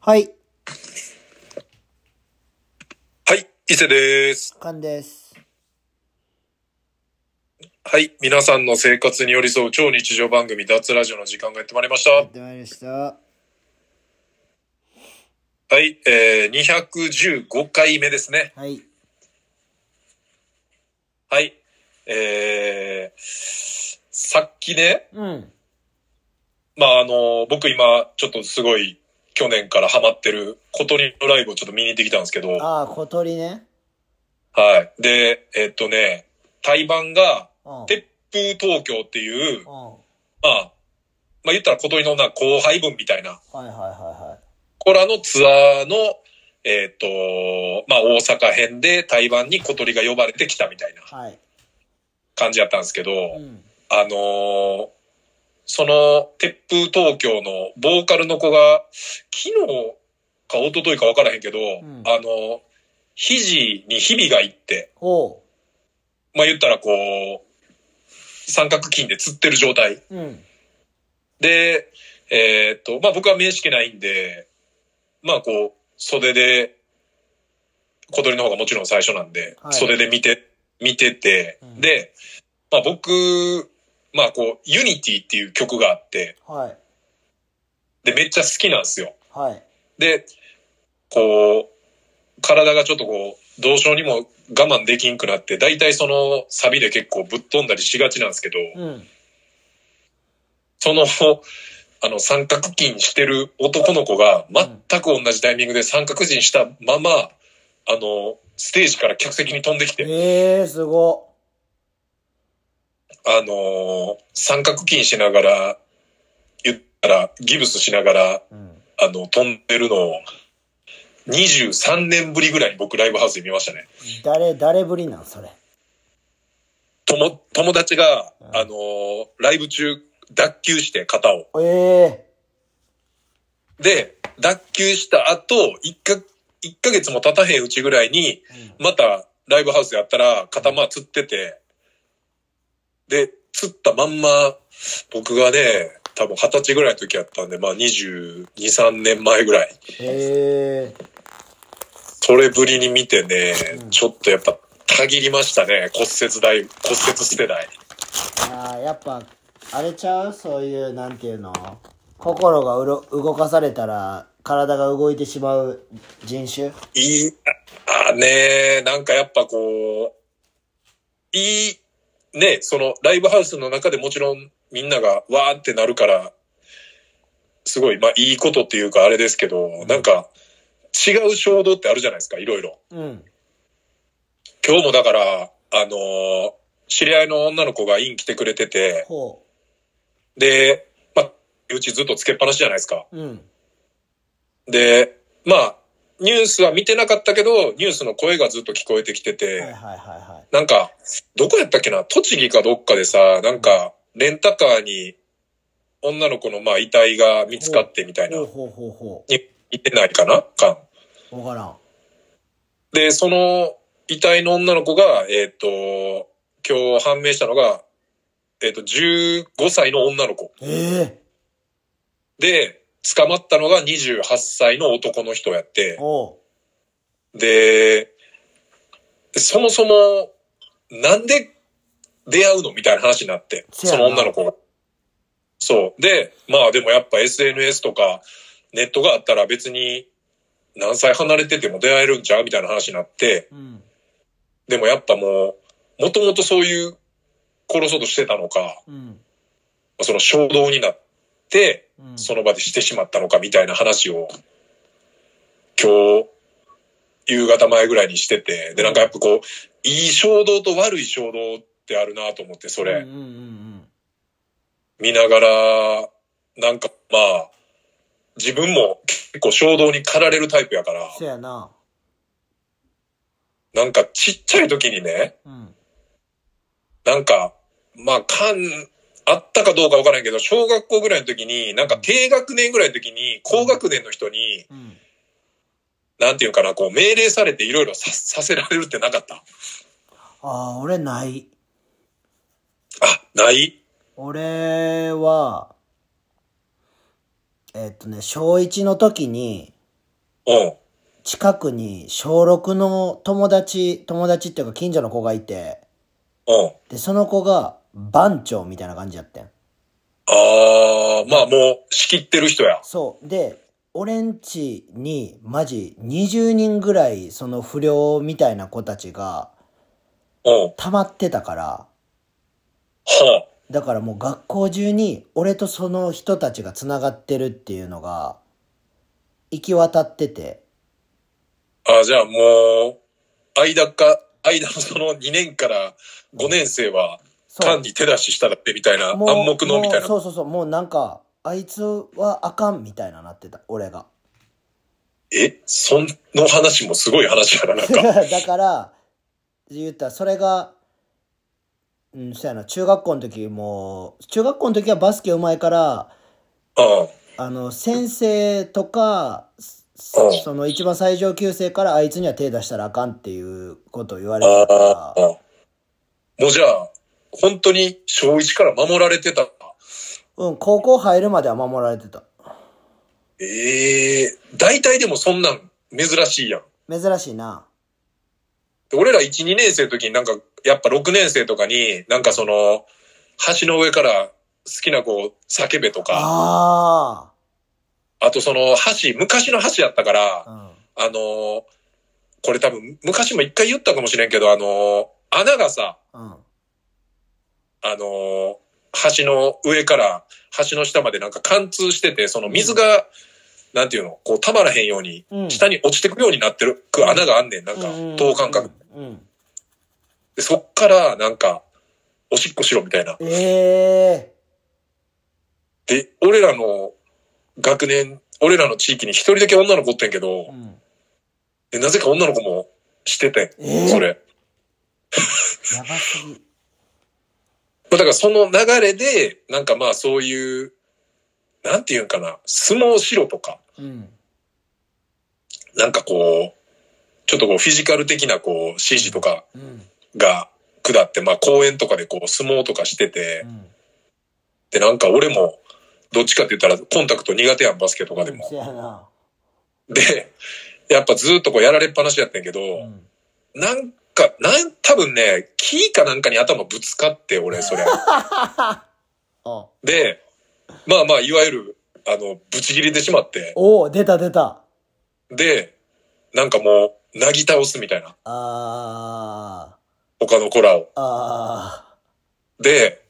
はい、はい、伊勢です。カンです。はい、皆さんの生活に寄り添う超日常番組、脱ラジオの時間がやってまいりまし。やったてまいりました。はい、えー、215回目ですね。はい。はい、えー、さっきね、うん。まあ、あの、僕今、ちょっとすごい、去年からハマってる、小鳥のライブをちょっと見に行ってきたんですけど、はああ、小鳥ね。い。で、えっとね、対バンが、うん。鉄風東京っていうう、ん。はまあ、まあ言ったら小鳥のな後輩分みたいな、いはいはいは。コラのツアーの、えっ、と、まあ、大阪編で台湾に小鳥が呼ばれてきたみたいないはい。感じやったんですけど、うん。あのーその、鉄風東京のボーカルの子が、昨日か一昨日か分からへんけど、んあの、肘にひびがいって、おう。まあ、言ったらこう、三角筋で釣ってる状態。うん。で、えーっと、まあ僕は面識ないんで、まあこう、袖で、小鳥の方がもちろん最初なんで、はい袖で見て、見てて、うんで、まあ僕、まあこう、ユニティっていう曲があって、はい。で、めっちゃ好きなんですよ。はい。で、こう、体がちょっとこう、どうしようにも我慢できんくなって、大体そのサビで結構ぶっ飛んだりしがちなんですけど、うん。その、あの、三角筋してる男の子が、全く同じタイミングで三角筋したまま、あの、ステージから客席に飛んできて、ええー、すご。あのー三角筋しながら、言ったら、ギブスしながら、うん。あの、飛んでるのを、23年ぶりぐらいに僕ライブハウスで見ましたね。誰、誰ぶりなんそれ。友、友達が、うんあのーライブ中、脱臼して、肩を。えで、脱臼した後、1か、一ヶ月も経たへんうちぐらいに、えー。またライブハウスやったら肩まあ釣ってて、で、釣ったまんま、僕がね、多分二十歳ぐらいの時やったんで、まあ22、3年前ぐらい。ええそれぶりに見てね、うんちょっとやっぱ、たぎりましたね。骨折大、骨折捨てない。ー。ああ、やっぱ、あれちゃうそういう、なんていうの心がうろ動かされたら、体が動いてしまう人種いい、ああねえなんかやっぱこう、いい、ねそのライブハウスの中でもちろんみんながわーってなるから、すごい、まあいいことっていうかあれですけど、なんか違う衝動ってあるじゃないですか、いろいろ。うん。今日もだから、あのー知り合いの女の子がイン来てくれてて、ほで、まあ、うちずっとつけっぱなしじゃないですか。う。うん。で、まあ、ニュースは見てなかったけど、ニュースの声がずっと聞こえてきてて、はいはいはいはい。なんか、どこやったっけな栃木かどっかでさ、なんか、レンタカーに、女の子のまあ遺体が見つかってみたいなほう、ほうほうほいてないかなかん。う。わからん。で、その遺体の女の子が、えっ、と、今日判明したのが、えっ、と、15歳の女の子。えで、捕まったのが28歳の男の人やってえ、おう。で、そもそも、なんで出会うのみたいな話になって、せやそなの女の子が。そう。で、まあでもやっぱ SNS とかネットがあったら別に何歳離れてても出会えるんちゃうみたいな話になって、うん。でもやっぱもう、もともとそういう殺そうとしてたのか、うん。その衝動になって、うん。その場でしてしまったのかみたいな話を、今日、夕方前ぐらいにしてて、で、なんかやっぱこう、いい衝動と悪い衝動ってあるなと思って、そうんれ、うんうん見ながら、なんかまあ、自分も結構衝動に駆られるタイプやからうん。、そやな。なんかちっちゃい時にね、うん。なんか、まあ、かん、あったかどうかわからんけど、小学校ぐらいの時に、なんか低学年ぐらいの時に、高学年の人に、うん。なんていうかな、こう、命令されていろいろささせられるってなかったああ、俺ない。あ、ない俺は、えっとね、小1の時に、うん。近くに小6の友達、友達っていうか近所の子がいて、うん。で、その子が番長みたいな感じやってん。ああ、まあもう仕切ってる人や。そう。で、俺んちに、マジ20人ぐらい、その不良みたいな子たちがうん。は溜まってたから、あ。だからもう学校中に、俺とその人たちが繋がってるっていうのが、行き渡ってて、ああ、じゃあもう、間か、間のその2年から5年生は、そう単に手出ししただってみたいな、暗もう黙のみたいな。もうそうそうそう、もうなんか、あいつはあかんみたいななってた、俺が。えその話もすごい話 やな、なんか。だから、言ったら、それが、うん、そうやな、中学校の時も、中学校の時はバスケうまいから、うん。あの、先生とか、うそんその一番最上級生からあいつには手出したらあかんっていうことを言われてたあかあ。ら、もうじゃあ、本当に小1から守られてた。うん、高校入るまでは守られてた。ええ大体でもそんなん珍しいやん。珍しいな。で俺ら1、2年生の時になんか、やっぱ6年生とかに、なんかその、橋の上から好きな子を叫べとか、ああとその橋、昔の橋やったからあ。、うん。あのーこれ多分昔も一回言ったかもしれんけど、あのー穴がさ、うん。あのー橋の上から橋の下までなんか貫通してて、その水が、なんていうの、こうたまらへんように、うん。下に落ちてくようになってるく穴があんねん、なんかうんうん、等間隔。うん。うんで、そっからなんか、おしっこしろみたいな。ええで、俺らの学年、俺らの地域に一人だけ女の子おってんけー。うど、ん。でなぜか女の子もしててん、えーそれ。やばすぎ。まあだからその流れで、なんかまあそういう、なんていうんかな、相撲しろとか、うん。なんかこう、ちょっとこうフィジカル的なこう指示とかうん。が下って、まあ公園とかでこう相撲とかしててう、ん。でなんか俺も、どっちかって言ったらコンタクト苦手やん、バスケとかでも。そやな。で、やっぱずっとこうやられっぱなしやってんけど、うん。なんか、なん、多分ね、キーかなんかに頭ぶつかって、俺、それ。あ。で、まあまあ、いわゆる、あの、ぶち切れてしまって、おお、出た出た。で、なんかもう、なぎ倒すみたいな、あ他の子らを。あ。あで、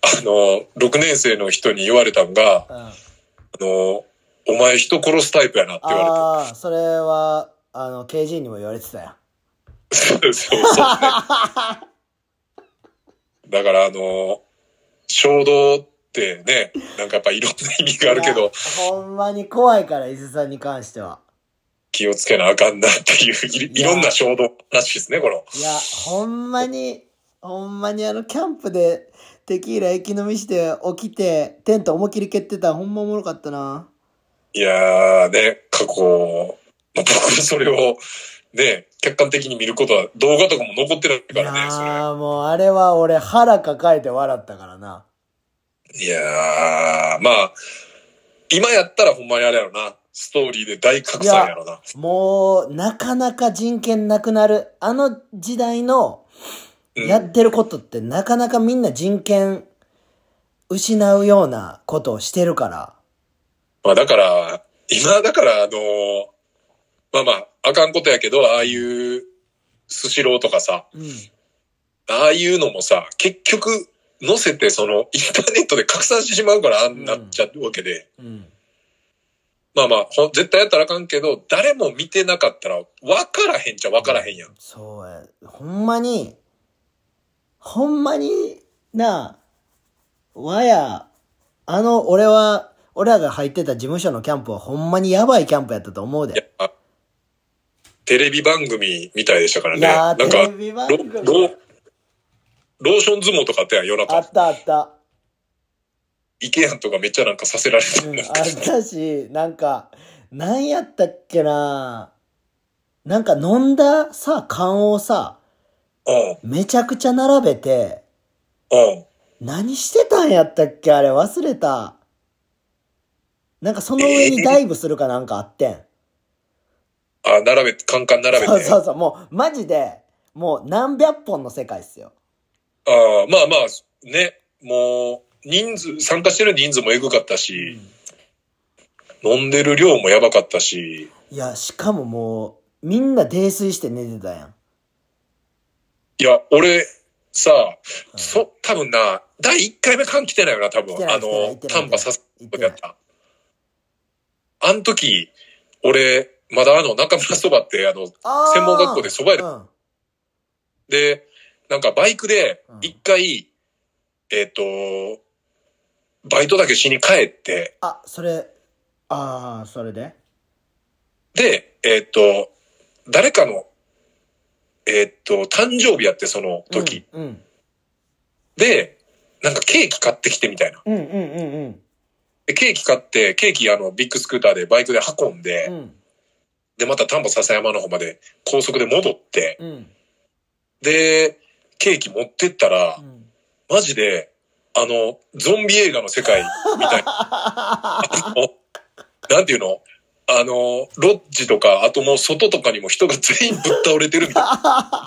あの、6年生の人に言われたんが、あ。うん。あの、お前人殺すタイプやなって言わああ、それは、あの、KG にも言われてたよ。れて。そうそうそうね。だから、あの、衝動ってね、なんかやっぱいろんな意味があるけいどや、。ほんまに怖いから、伊豆さんに関しては。気をつけなあかんなっていういいろんな衝動話ですね、この。いや、ほんまに、ほんまにあの、キャンプでテキーラ生き飲みして起きて、テント思いっきり蹴ってたほんまおもろかったな。いやーね、過去、まあ、僕はそれをね、客観的に見ることは動画とかも残ってないいからね、それ。やーもうあれは俺腹抱えて笑ったからな。いやー、まあ、今やったらほんまにあれやろな。ストーリーで大拡散やろな。もう、なかなか人権なくなる。あの時代のうんやってることってなかなかみんな人権失うようなことをしてるから。まあだから、今だからあのーまあまあ、あかんことやけど、ああいう、スシローとかさ、うん。ああいうのもさ、結局、載せて、その、インターネットで拡散してしまうから、あんなっちゃうわけで。うん。まあまあ、ほん絶対やったらあかんけど、誰も見てなかったら、わからへんじゃわからへんやん。そうや。ほんまに、ほんまにな、わや、あの、俺は、俺らが入ってた事務所のキャンプはほんまにやばいキャンプやったと思ういやで。、テレビ番組みたいでしたからいね。なやんー、か、テレビ番ロ組ロローション相撲とかあったやん、夜あ中っ。たあった。イケアンとかめっちゃなんかさせられてうん、なんあかったし、なんか、なんやったっけななんか飲んださ、缶をさ、うん、めちゃくちゃ並べて、うん。何してたんやったっけあれ忘 れた。なんかその上にダイブするかなんかあってん。あ、並べて、カンカン並べて。そうそうそう、もう、マジで、もう何百本の世界っすよ。ああ、まあまあ、ね、もう、人数、参加してる人数もエグかったし、飲んでる量もやばかったし、いや、しかももう、みんな泥酔して寝てたやん。いや、俺、さ、そ、多分な、第1回目缶来てないよな、多分来て。ないあ来のて、ない丹波さす行っとてやなっい。た。あの時、俺、まだあの、中村そばって、あの、あー専門学校で蕎麦屋でうん。で、なんかバイクでうん、一回、えっ、と、バイトだけしに帰って、あ、それ、ああ、それでで、えっ、と、誰かの、えっ、と、誕生日やって、その時。。うん。で、なんかケーキ買ってきてみたいな。うんうんうんうん。でケーキ買って、ケーキあの、ビッグスクーターでバイクで運んで、うんで、また丹波笹山の方まで高速で戻って、うんで、ケーキ持ってったら、うん。マジで、あの、ゾンビ映画の世界みたいな。あのなんていうのあの、ロッジとか、あともう外とかにも人が全員ぶっ倒れてるみたいな。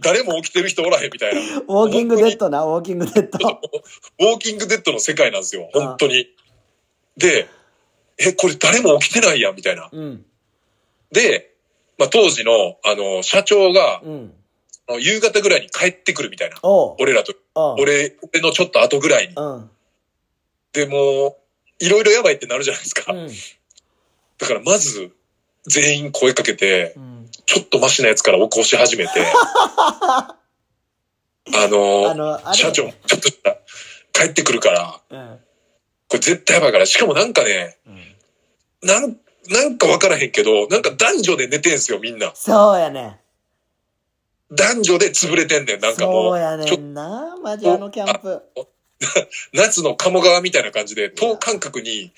誰、誰も起きてる人おらへんみたいな。ウォーキングデッドな、ウォーキングデッド。ウォーキングデッドの世界なんですよ、本当に。で、え、これ誰も起きてないやんみたいな。うん。で、まあ、当時の、あの、社長が、うん。あの夕方ぐらいに帰ってくるみたいな。おう。俺らと、おう。俺、俺のちょっと後ぐらいに。うん。でもう、いろいろやばいってなるじゃないですか。うん。だからまず、全員声かけてう、ん。ちょっとマシなやつから起こし始 めて、あの、あの、あれ。社長、ちょっとした帰ってくるから、うん。これ絶対やばいから、しかもなんかね、うん。なん、なんかわからへんけど、なんか男女で寝てんすよ、みんな。そうやね男女で潰れてんねん、なんかもそうう、やねちょんな。マジあのキャンプ。夏の鴨川みたいな感じで、等間隔に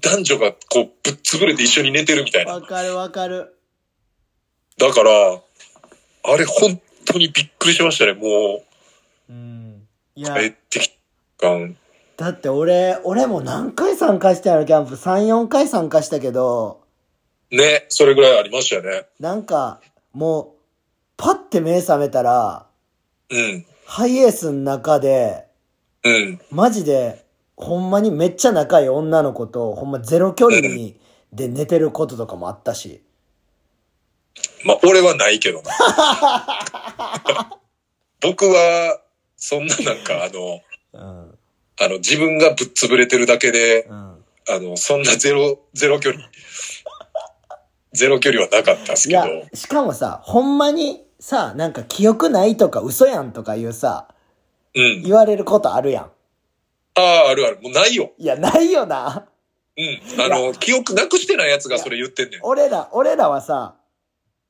男女がこう、ぶっ潰れて一緒に寝てるみたいなわ。かるわかる。だから、あれ本当にびっくりしましたね、も、うん。いうや帰、ってきた感。だって俺、俺も何回参加したやろ、キャンプ。3、4回参加したけど、ね、それぐらいありましたよね。なんか、もう、パッて目覚めたら、うん。ハイエースの中で、うん。マジで、ほんまにめっちゃ仲いい女の子と、ほんまゼロ距離に、で寝てることとかもあったし。まあ、俺はないけ どな。僕は、そんななんか、あの、うん。あの、自分がぶっ潰れてるだけで、うん。あの、そんなゼロ、ゼロ距離、ゼロ距離はなかったですいけどや、、しかもさ、ほんまにさ、なんか記憶ないとか嘘やんとかいうさ、うん。言われることあるやん。ああ、あるある。もうないよ。いや、ないよな。うん。あの、記憶なくしてないやつがそれ言ってんねん。俺ら、俺らはさ、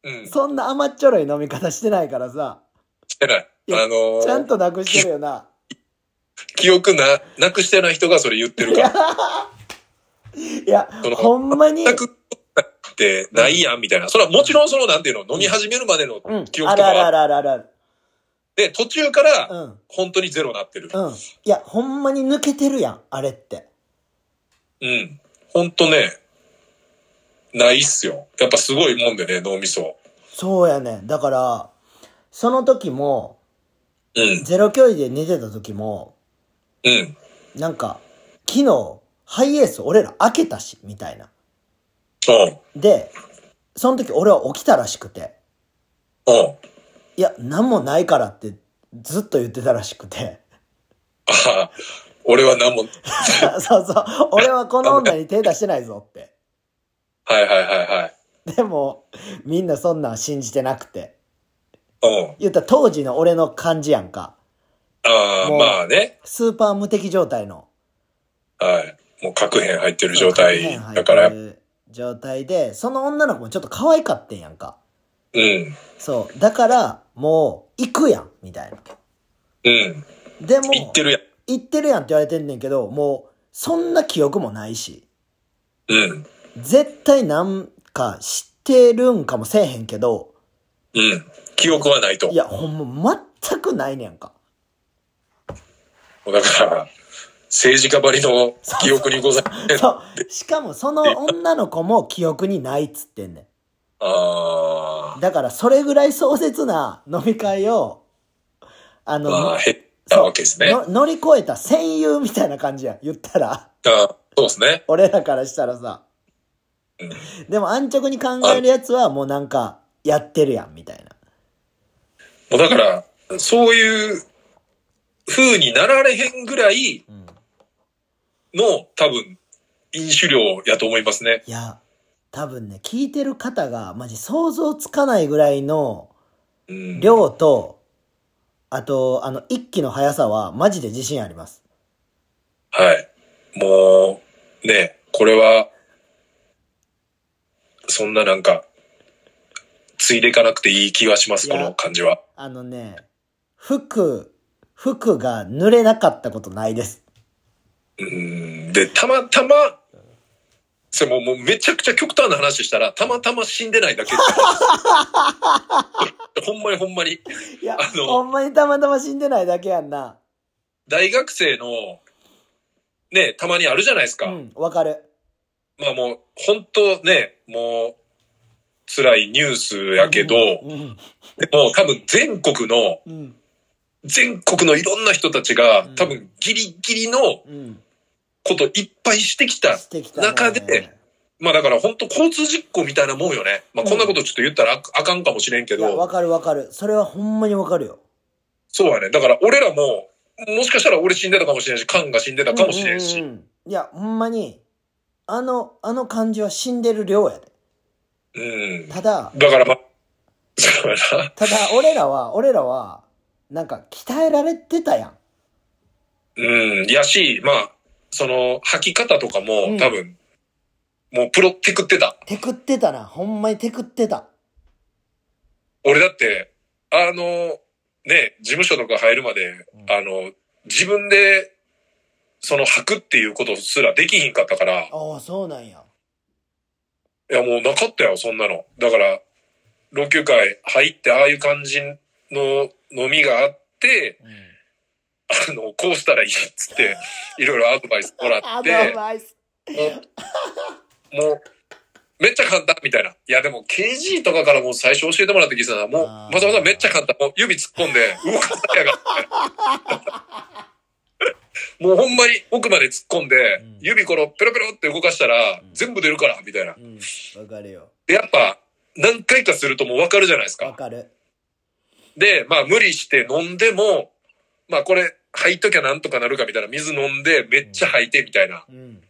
うん。しそんな甘っちょろい飲み方してないからさ、てない。いやあのちゃんとなくしてるよな。記憶な、なくしてない人がそれ言ってるから、いやそ、のほんまに、全くってないやん、みたいな。それはもちろんその、なんていうの、飲み始めるまでのうん記、憶あるとかあるはあるあるあるある。で、途中から、うん。本当にゼロなってる。うん。いや、ほんまに抜けてるやん、あれって。うん。本当ね、ないっすよ。やっぱすごいもんでね、脳みそ。そうやねん。だから、その時も、うん。ゼロ距離で寝てた時も、うん。なんか、昨日、ハイエース俺ら開けたし、みたいな。うん。で、その時俺は起きたらしくて、うん。いや、なんもないからってずっと言ってたらしくて。 ああ、俺は何も、そうそう。俺はこの女に手出してないぞって。はいはいはいはい。でも、みんなそんなん信じてなくて。うん。言ったら当時の俺の感じやんか。ああ、もうまあね。スーパー無敵状態の。はい。もう核片入ってる状態。だから、うん。。状態で、その女の子もちょっと可愛かってんやんか。うん。そう。だから、もう、行くやん、みたいな。でも、言ってるやん。行ってるやんって言われてんねんけど、もう、そんな記憶もないし、うん。絶対なんか知ってるんかもせえへんけど、うん。記憶はないとい。や、ほんま、全くないねんか。だから、政治家ばりの記憶にございません。そう。しかも、その女の子も記憶にないっつってんねん。あだからそれぐらい壮絶な飲み会を、あー、の、まあ、減ったわけですね。の乗り越えた戦友みたいな感じやん。言ったら。 あーそうですね。俺らからしたらさ。うんでも安直に考えるやつはもうなんか、やってるやん、みたいな。もうだから、そういう風になられへんぐらいうん。の多分、飲酒量やと思いますね。いや、多分ね、聞いてる方が、マジ想像つかないぐらいのうん。量と、あと、あの、一気の速さは、マジで自信あります。はい。もう、ね、これは、そんななんか、ついでいかなくていい気がします、いやこの感じは。あのね、服、服が濡れなかったことないです。うん。で、たまたま、それもうもうめちゃくちゃ極端な話したら、たまたま死んでないだけって話です ほんまにほんまに。いやあ、のほんまにたまたま死んでないだけやんな。大学生の、ね、たまにあるじゃないですうか。ん、わかる。まあもう、本当ね、もう、辛いニュースやけど、うん、でも多分全国の、うん、全国のいろんな人たちがうん、多分ギリギリのうん。こといっぱいしてきた。してきた、ね。中でまあだから本当交通実行みたいなもんよね。まあこんなことちょっと言ったらああかんかもしれんけいや、わど、かるわかる。それはほんまにわかるよ。そうやね。だから俺らも、もしかしたら俺死んでたかもしれんし、カンが死んでたかもしれんし。うううんうんいや、ほんまに、あの、あの感じは死んでる量やで。うん。ただ、だからまあ、そうやな。ただ、俺らは、俺らは、なんか、鍛えられてたやん。うん、やし、まあ、その、吐き方とかも、うん多分、もうプロテクってた。テクってたな。ほんまにテクってた。俺だって、あの、ね、事務所とか入るまで、うんあの、自分で、その吐くっていうことすらできひんかったから、いああ、そうなんや。やもうなかったよ、そんなの。だから、老朽会入って、ああいう感じの飲みがあって、うん、あの、こうしたらいいっつって、いろいろアドバイスもらアっドて、バイス。もう、もう、めっちゃ簡単みたいな。いや、でも KG とかからもう最初教えてもらってきてたな。もう、あわーざわざめっちゃ簡単。もう指突っ込んで、動かさやがって。 もうほんまに奥まで突っ込んで、うん指このペロペロって動かしたら、うん全部出るから、みたいなう。ん、わかるよ。で、やっぱ、何回かするともうわかるじゃないですわか。かる。で、まあ無理して飲んでも、まあこれ、吐いときゃなんとかなるかみたいな。水飲んで、めっちゃ吐いてみたいな。うん。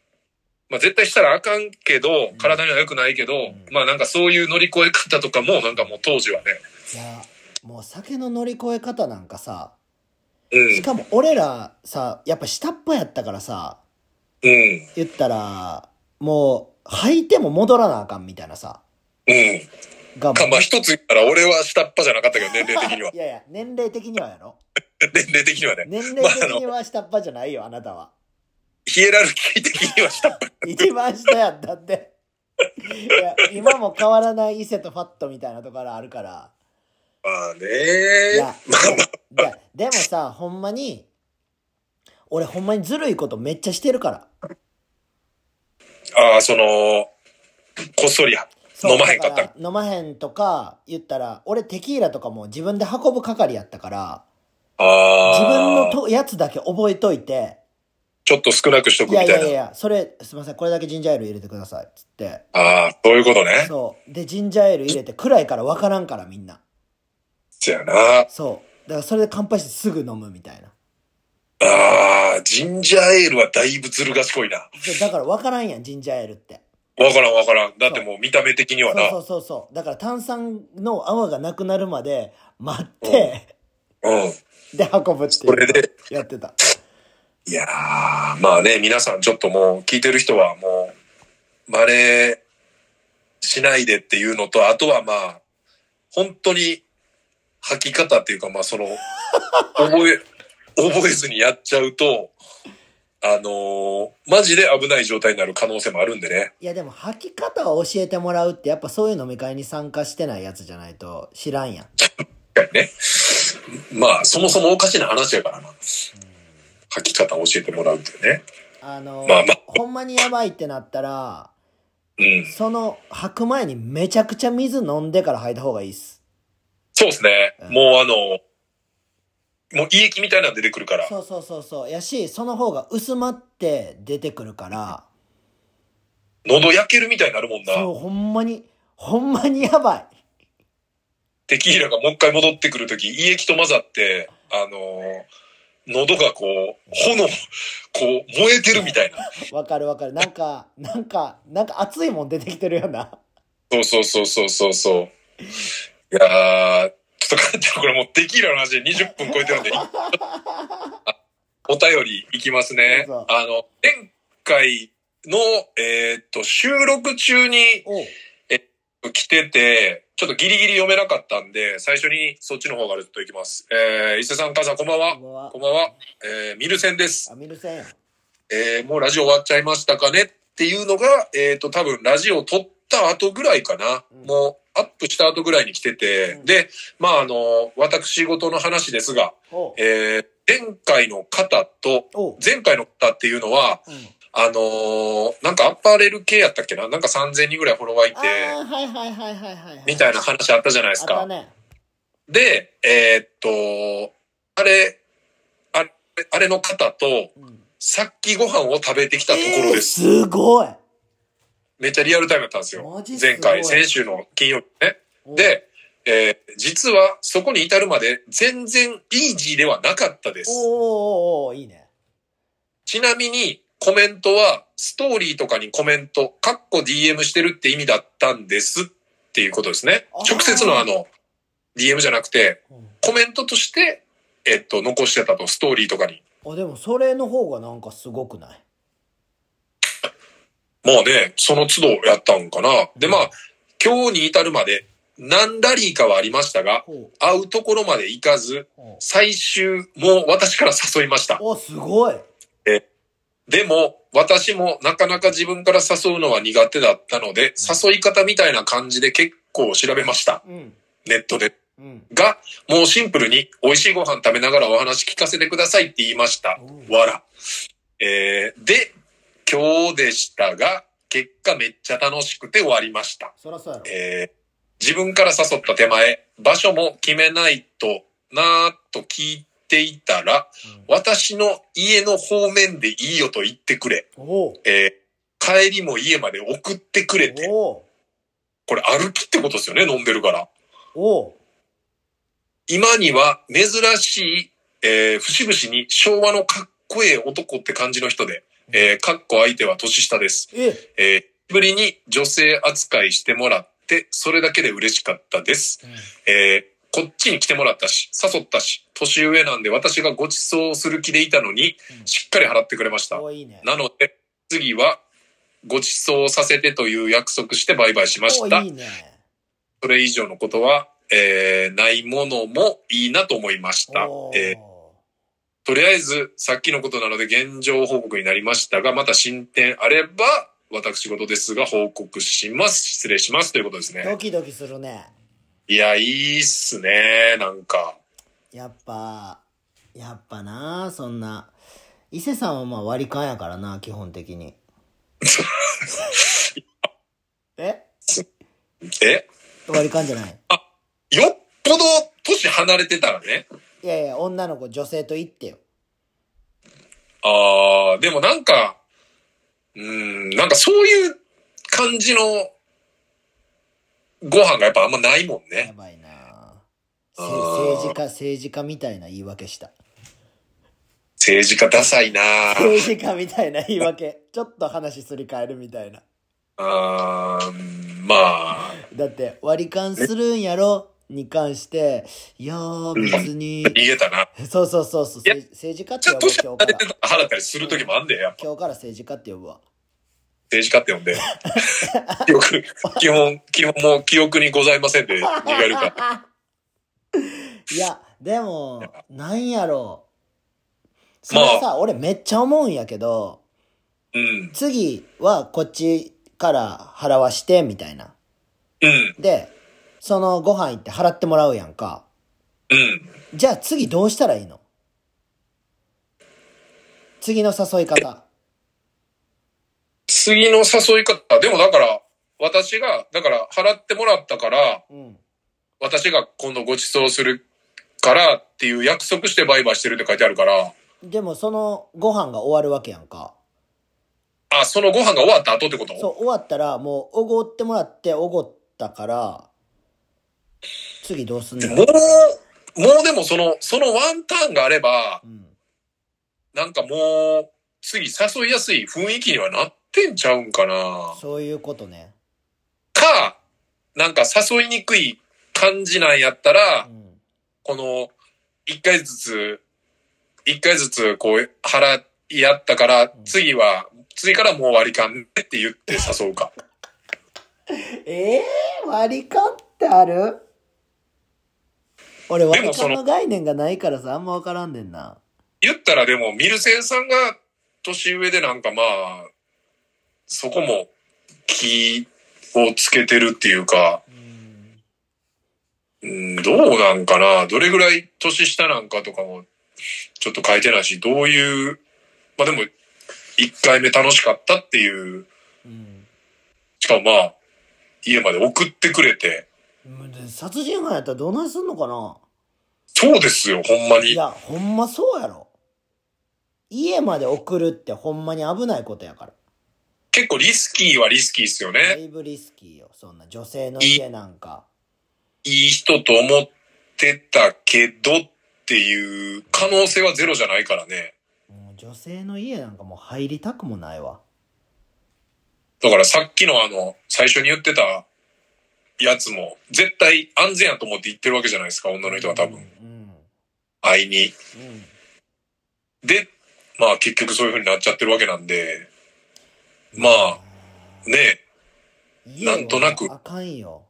まあ絶対したらあかんけどん、体には良くないけど、んまあなんかそういう乗り越え方とかも、なんかもう当時はね。いや、もう酒の乗り越え方なんかさ、うんし。かも俺らさ、やっぱ下っ端やったからさ、うん。言ったら、もう、履いても戻らなあかんみたいなさ。うん。が。か、まあ一つ言ったら俺は下っ端じゃなかったけど、年齢的には いやいや、年齢的にはやろ。年齢的にはね。年齢的には下っ端じゃないよ、あなたは。ヒエラルキー的には下っ端。一番下やったって。いや、今も変わらない伊勢とファットみたいなところあるから。まあいやね。、いや、でもさ、ほんまに、俺ほんまにずるいことめっちゃしてるから。ああ、その、こっそりや。そう飲まへんかっ。ただら飲まへんとか言ったら、俺テキーラとかも自分で運ぶ係やったから、ああ。自分のとやつだけ覚えといて、ちょっと少なくしとくいみやたいいな。やいや、それ、すみません、これだけジンジャーエール入れてください、つって。ああ、そういうことね。そう。で、ジンジャーエール入れて、暗いから分からんから、みんな。そやな。あそう。だからそれで乾杯してすぐ飲むみたいな。あ、ジンジャーエールはだいぶずる賢いな。そうだから分からんやん、ジンジャーエールって。わからんわからん。だってもう見た目的にそはうな。そうそうそう。だから炭酸の泡がなくなるまで待って、うん。で、運ぶってそれいう。で、やってた。いやー、まあね、皆さんちょっともう聞いてる人はもう、真似しないでっていうのと、あとはまあ、本当に吐き方っていうか、ま あその、覚え、覚えずにやっちゃうと、あのーマジで危ない状態になる可能性もあるんでね。いや、でも吐き方を教えてもらうって、やっぱそういう飲み会に参加してないやつじゃないと知らんやん。確かにね。まあ、そもそもおかしな話やからな。吐き方教えてもらうっていうね。あの、まあまあほんまにやばいってなったら、うん。その、吐く前にめちゃくちゃ水飲んでから吐いた方がいいっす。そうですね。うんもうあの、もう胃液みたいなの出てくるから。そうそうそうそう。やし、その方が薄まって出てくるから、喉焼けるみたいになるもんな。そう、ほんまに、ほんまにやばい。テキーラがもう一回戻ってくるとき、胃液と混ざって、あのー喉がこう、炎、こう、燃えてるみたいな。わかるわかる。なんか、なんか、なんか熱いもん出てきてるような。そうそうそうそうそうそう。いやー、ちょっと館長これもうテキーラの話で20分超えてるんで、あお便りいきますね。どうぞあの、前回の、えーっと、収録中におう来てて、ちょっとギリギリ読めなかったんで、最初にそっちの方からずっといきます。えー、伊勢さん、母さん、こんばんはこん。ばんはこん。ばんは。えー、ミルセンです。あ、ミルセンやん。えーもうラジオ終わっちゃいましたかねっていうのが、えっ、と、多分ラジオ撮った後ぐらいかな。うんもうアップした後ぐらいに来てて、うんで、まあ、あの、私事の話ですが、おうえー前回の方と、おう前回の方っていうのは、うん。あのーなんかアパレル系やったっけななんか3000人ぐらいフォロワーいてあ、あ、はいはいはいはいはいはい。みたいな。な話あったじゃないですあったか。ね。で、えーっと、あれ、あれ、あれの方と、うん。さっきご飯を食べてきたところえーです。すごい。めっちゃリアルタイムだったんですよマジ。すごい前回、先週の金曜日ね。おう、で、えー実はそこに至るまで全然イージーではなかったでおす。うおうおうおういいね。ちなみにコメントはストーリーとかにコメント、カッコ DM してるって意味だったんですっていうことですねあー。直接のあの、DM じゃなくて、うんコメントとして、えっと、残してたと、ストーリーとかに。あ、でもそれの方がなんかすごくないもうね、その都度やったんかな。で、まあ、今日に至るまで何ラリーかはありましたが、ほう会うところまで行かず、ほう最終も私から誘いました。お、すごい。でも、私もなかなか自分から誘うのは苦手だったので、誘い方みたいな感じで結構調べました。うん。ネットで。うん。が、もうシンプルに、美味しいご飯食べながらお話聞かせてくださいって言いました。わら。えー、で、今日でしたが、結果めっちゃ楽しくて終わりました。そらそうやろ。えー自分から誘った手前、場所も決めないとなーと聞いていたら、私の家の方面でいいよと言ってくれ、うんおうえー帰りも家まで送ってくれて、おうこれ歩きってことですよね、飲んでるから。おう今には珍しい、えー節々に昭和のかっこええ男って感じの人で、えーかっこ相手は年下です。え、えー久しぶりに女性扱いしてもらって、それだけで嬉しかったです。えーこっちに来てもらったし、誘ったし、年上なんで私がご馳走する気でいたのにう、んしっかり払ってくれましたお。ういいね。なので、次は、ご馳走させてという約束してバイバイしまおしうたいい。ね。それ以上のことは、えーないものもいいなと思いました。おうえーとりあえず、さっきのことなので現状報告になりましたが、また進展あれば、私事ですが報告します。失礼します。ということですドね。キドキするね。いや、いいっすね。なんか。やっぱ、やっぱな、そんな。伊勢さんはまあ割り勘やからな、基本的 に。ええ割り勘じゃないよっぽど年離れてたらね。いやいや、女の子、女性と言ってよ。ああ、でもなんか、うーん、なんかそういう感じのご飯がやっぱあんまないもんやね。ばいなせあー政治家、政治家みたいな言い訳した。政治家ダサいなー政治家みたいな言い 訳。ちょっと話すり替えるみたいな。あーまあ、だって、割り勘するんやろに関して、いやー、別に逃。げたな。そうそうそうそう、せ政治家ってちょ呼っとぶ今年離日かれてら。たら払ったりする時もあんで、やっぱ今日から政治家って呼ぶわ。政治家って呼んで。 記憶、基本、基本もう記憶にございませんで逃げるから。 いや、でも、なんやろう。そまあれさ、俺めっちゃ思うんやけど、うん。次はこっちから払わして、みたいな。うん。で、そのご飯行って払ってもらうやんか。うん。じゃあ次どうしたらいいの次の誘い方。次の誘い方、でもだから、私が、だから払ってもらったから、うん。私が今度ご馳走するからっていう約束してバイバイしてるって書いてあるから、でもそのご飯が終わるわけやんか。あ、そのご飯が終わった後ってことそう、終わったらもうおごってもらっておごったから、次どうすんのもう、もうでもその、そのワンターンがあれば、うん。なんかもう、次誘いやすい雰囲気にはなってんちゃうんかな。そういうことね。か、なんか誘いにくい感じなんやったらう、ん。この、一回ずつ、一回ずつこう、払い合ったから、次は、次からもう割り勘ねって言って誘うか。ええ割り勘ってある俺割り勘の概念がないからさ、あんま分からんねんな。言ったらでも、ミルセンさんが年上でなんかまあ、そこも気をつけてるっていうか、うん。うん、どうなんかなどれぐらい年下なんかとかも、ちょっと書いてないし、どういう、まあでも、一回目楽しかったっていう、うん。しかもまあ、家まで送ってくれて、で殺人犯やったらどないすんのかなそうですよ、ほんまいに。や、ほんまそうやろ。家まで送るってほんまに危ないことやから。結構リスキーはリスキーっすよだね。いぶリスキーよ。そんな女性の家なんか。いい人と思ってたけどっていう可能性はゼロじゃないからね。もう女性の家なんかもう入りたくもないわ。だからさっきのあの、最初に言ってたやつも、絶対安全やと思って言ってるわけじゃないですか、女の人は多分。うん。うん。会いに。うんで、まあ結局そういう風になっちゃってるわけなんで、まあ、ね家はなんとなくあかんよ。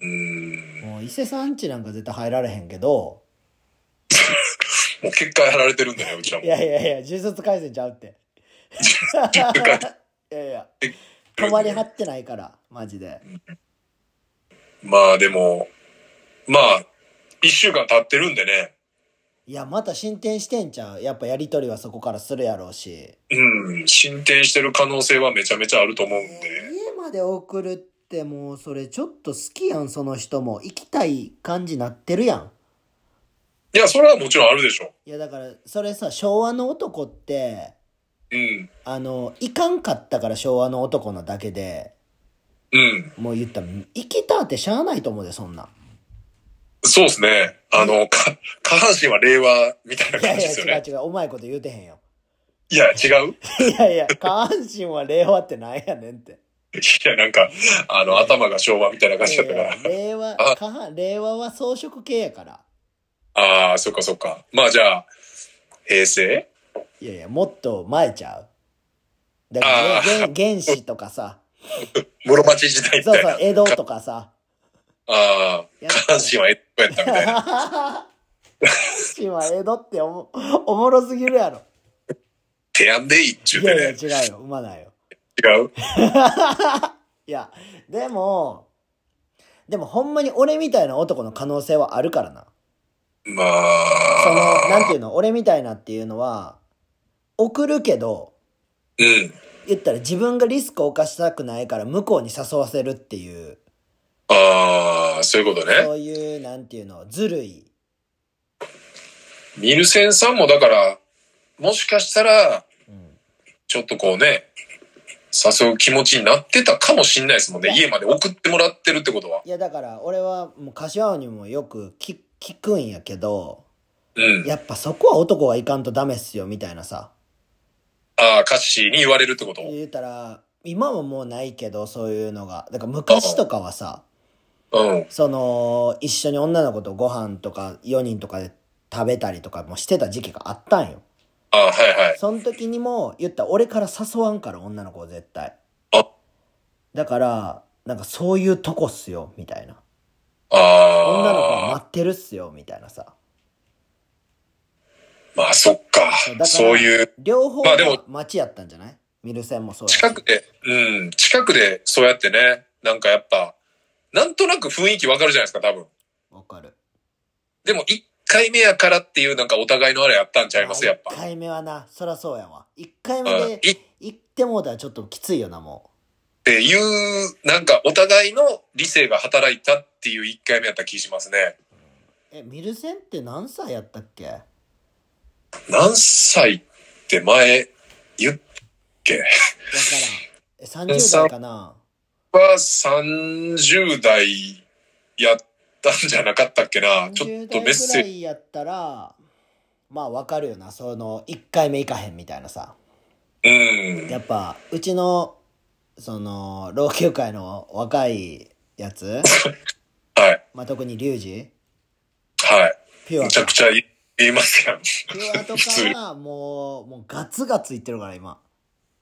うーん、もう伊勢さん家なんか絶対入られへんけど。もう結界貼られてるんだね、うちらも。いやいやいや、呪術廻戦ちゃうって。 いやいや、止まり張ってないから、マジで。まあでも、まあ、一週間経ってるんでね。いや、また進展してんちゃう。やっぱやりとりはそこからするやろうし。うん、進展してる可能性はめちゃめちゃあると思うんえーで。家まで送るってもうそれちょっと好きやん、その人も。行きたい感じなってるやん。いや、それはもちろんあるでしょ。いや、だから、それさ、昭和の男って、うん、あの、行かんかったから昭和の男なだけで、うん。もう言ったら、行きたってしゃあないと思うで、そんなん。そうですね。あの、か、下半身は令和みたいないや感いじですよや、違ねう。違う、うまいこと言うてへんよ。いや、違う いやいや、下半身は令和ってなんやねんって。いや、なんか、あの、頭が昭和みたいな感じだったかいやらい。や令和、あ下半、令和は装飾系やから。ああ、そっかそっか。まあじゃあ、平成いやいや、もっと前ちゃう。だかあら、ー原原始とかさ、室町時代みそうたいそうな、。江戸とかさ。ああ、下半身は江戸やったみたいな。下半身は江戸っておもおもろすぎるやろ。手やんでいいっちゅういやていや、ね。違うよ。生まないよ。違ういや、でも、でもほんまに俺みたいな男の可能性はあるからな。まその、なんあ、ていうの、俺みたいなっていうのは、送るけど、うん。言ったら自分がリスクを犯したくないから向こうに誘わせるっていう、ああ、そういうことね。そういう、なんていうの、ずるい。ミルセンさんもだから、もしかしたら、うんちょっとこうね、誘う気持ちになってたかもしんないですもんね。いや家まで送ってもらってるってことは。いや、だから俺はもう柏にもよく聞聞くんやけど、うん。やっぱそこは男はいかんとダメっすよ、みたいなさ。ああ、歌詞に言われるってこと。言うたら、今はもうないけど、そういうのが。だから昔とかはさ、うん。その、一緒に女の子とご飯とか4人とかで食べたりとかもしてた時期があったんよ。ああ、はいはい。その時にも言ったら俺から誘わんから女の子を絶対。あだから、なんかそういうとこっすよ、みたいな。あ女の子はあ、待ってるっすよ、みたいなさ。まあそっかだか。らそういう、両方まあでもが街やったんじゃないミルセンもそうやし近くで、うん、近くでそうやってね、なんかやっぱ、なんとなく雰囲気わかるじゃないですか、多分。わかる。でも一回目やからっていうなんかお互いのあれやったんちゃいます、やっぱ1。回目はな、そらそうやわ。1回目うんでい行ってもうたらちょっときついよな、もっていう、なんかお互いの理性が働いたっていう1回目やった気しますね。え、ミルセンって何歳やったっけ何歳って前言っけわからん。え、30代かなは30代やったんじゃなかったっけなちょっ ?30 と代メッくセらージ。いやったら、まあわかるよな。その、1回目行かへんみたいなさ。うん。やっぱ、うちの、その、老朽会の若いやつ、はい。まあ特にリュウジ、はい。ピュアむちゃかく。ちゃ言いますやん。ピュアとかは、もう、もうガツガツいってるから今。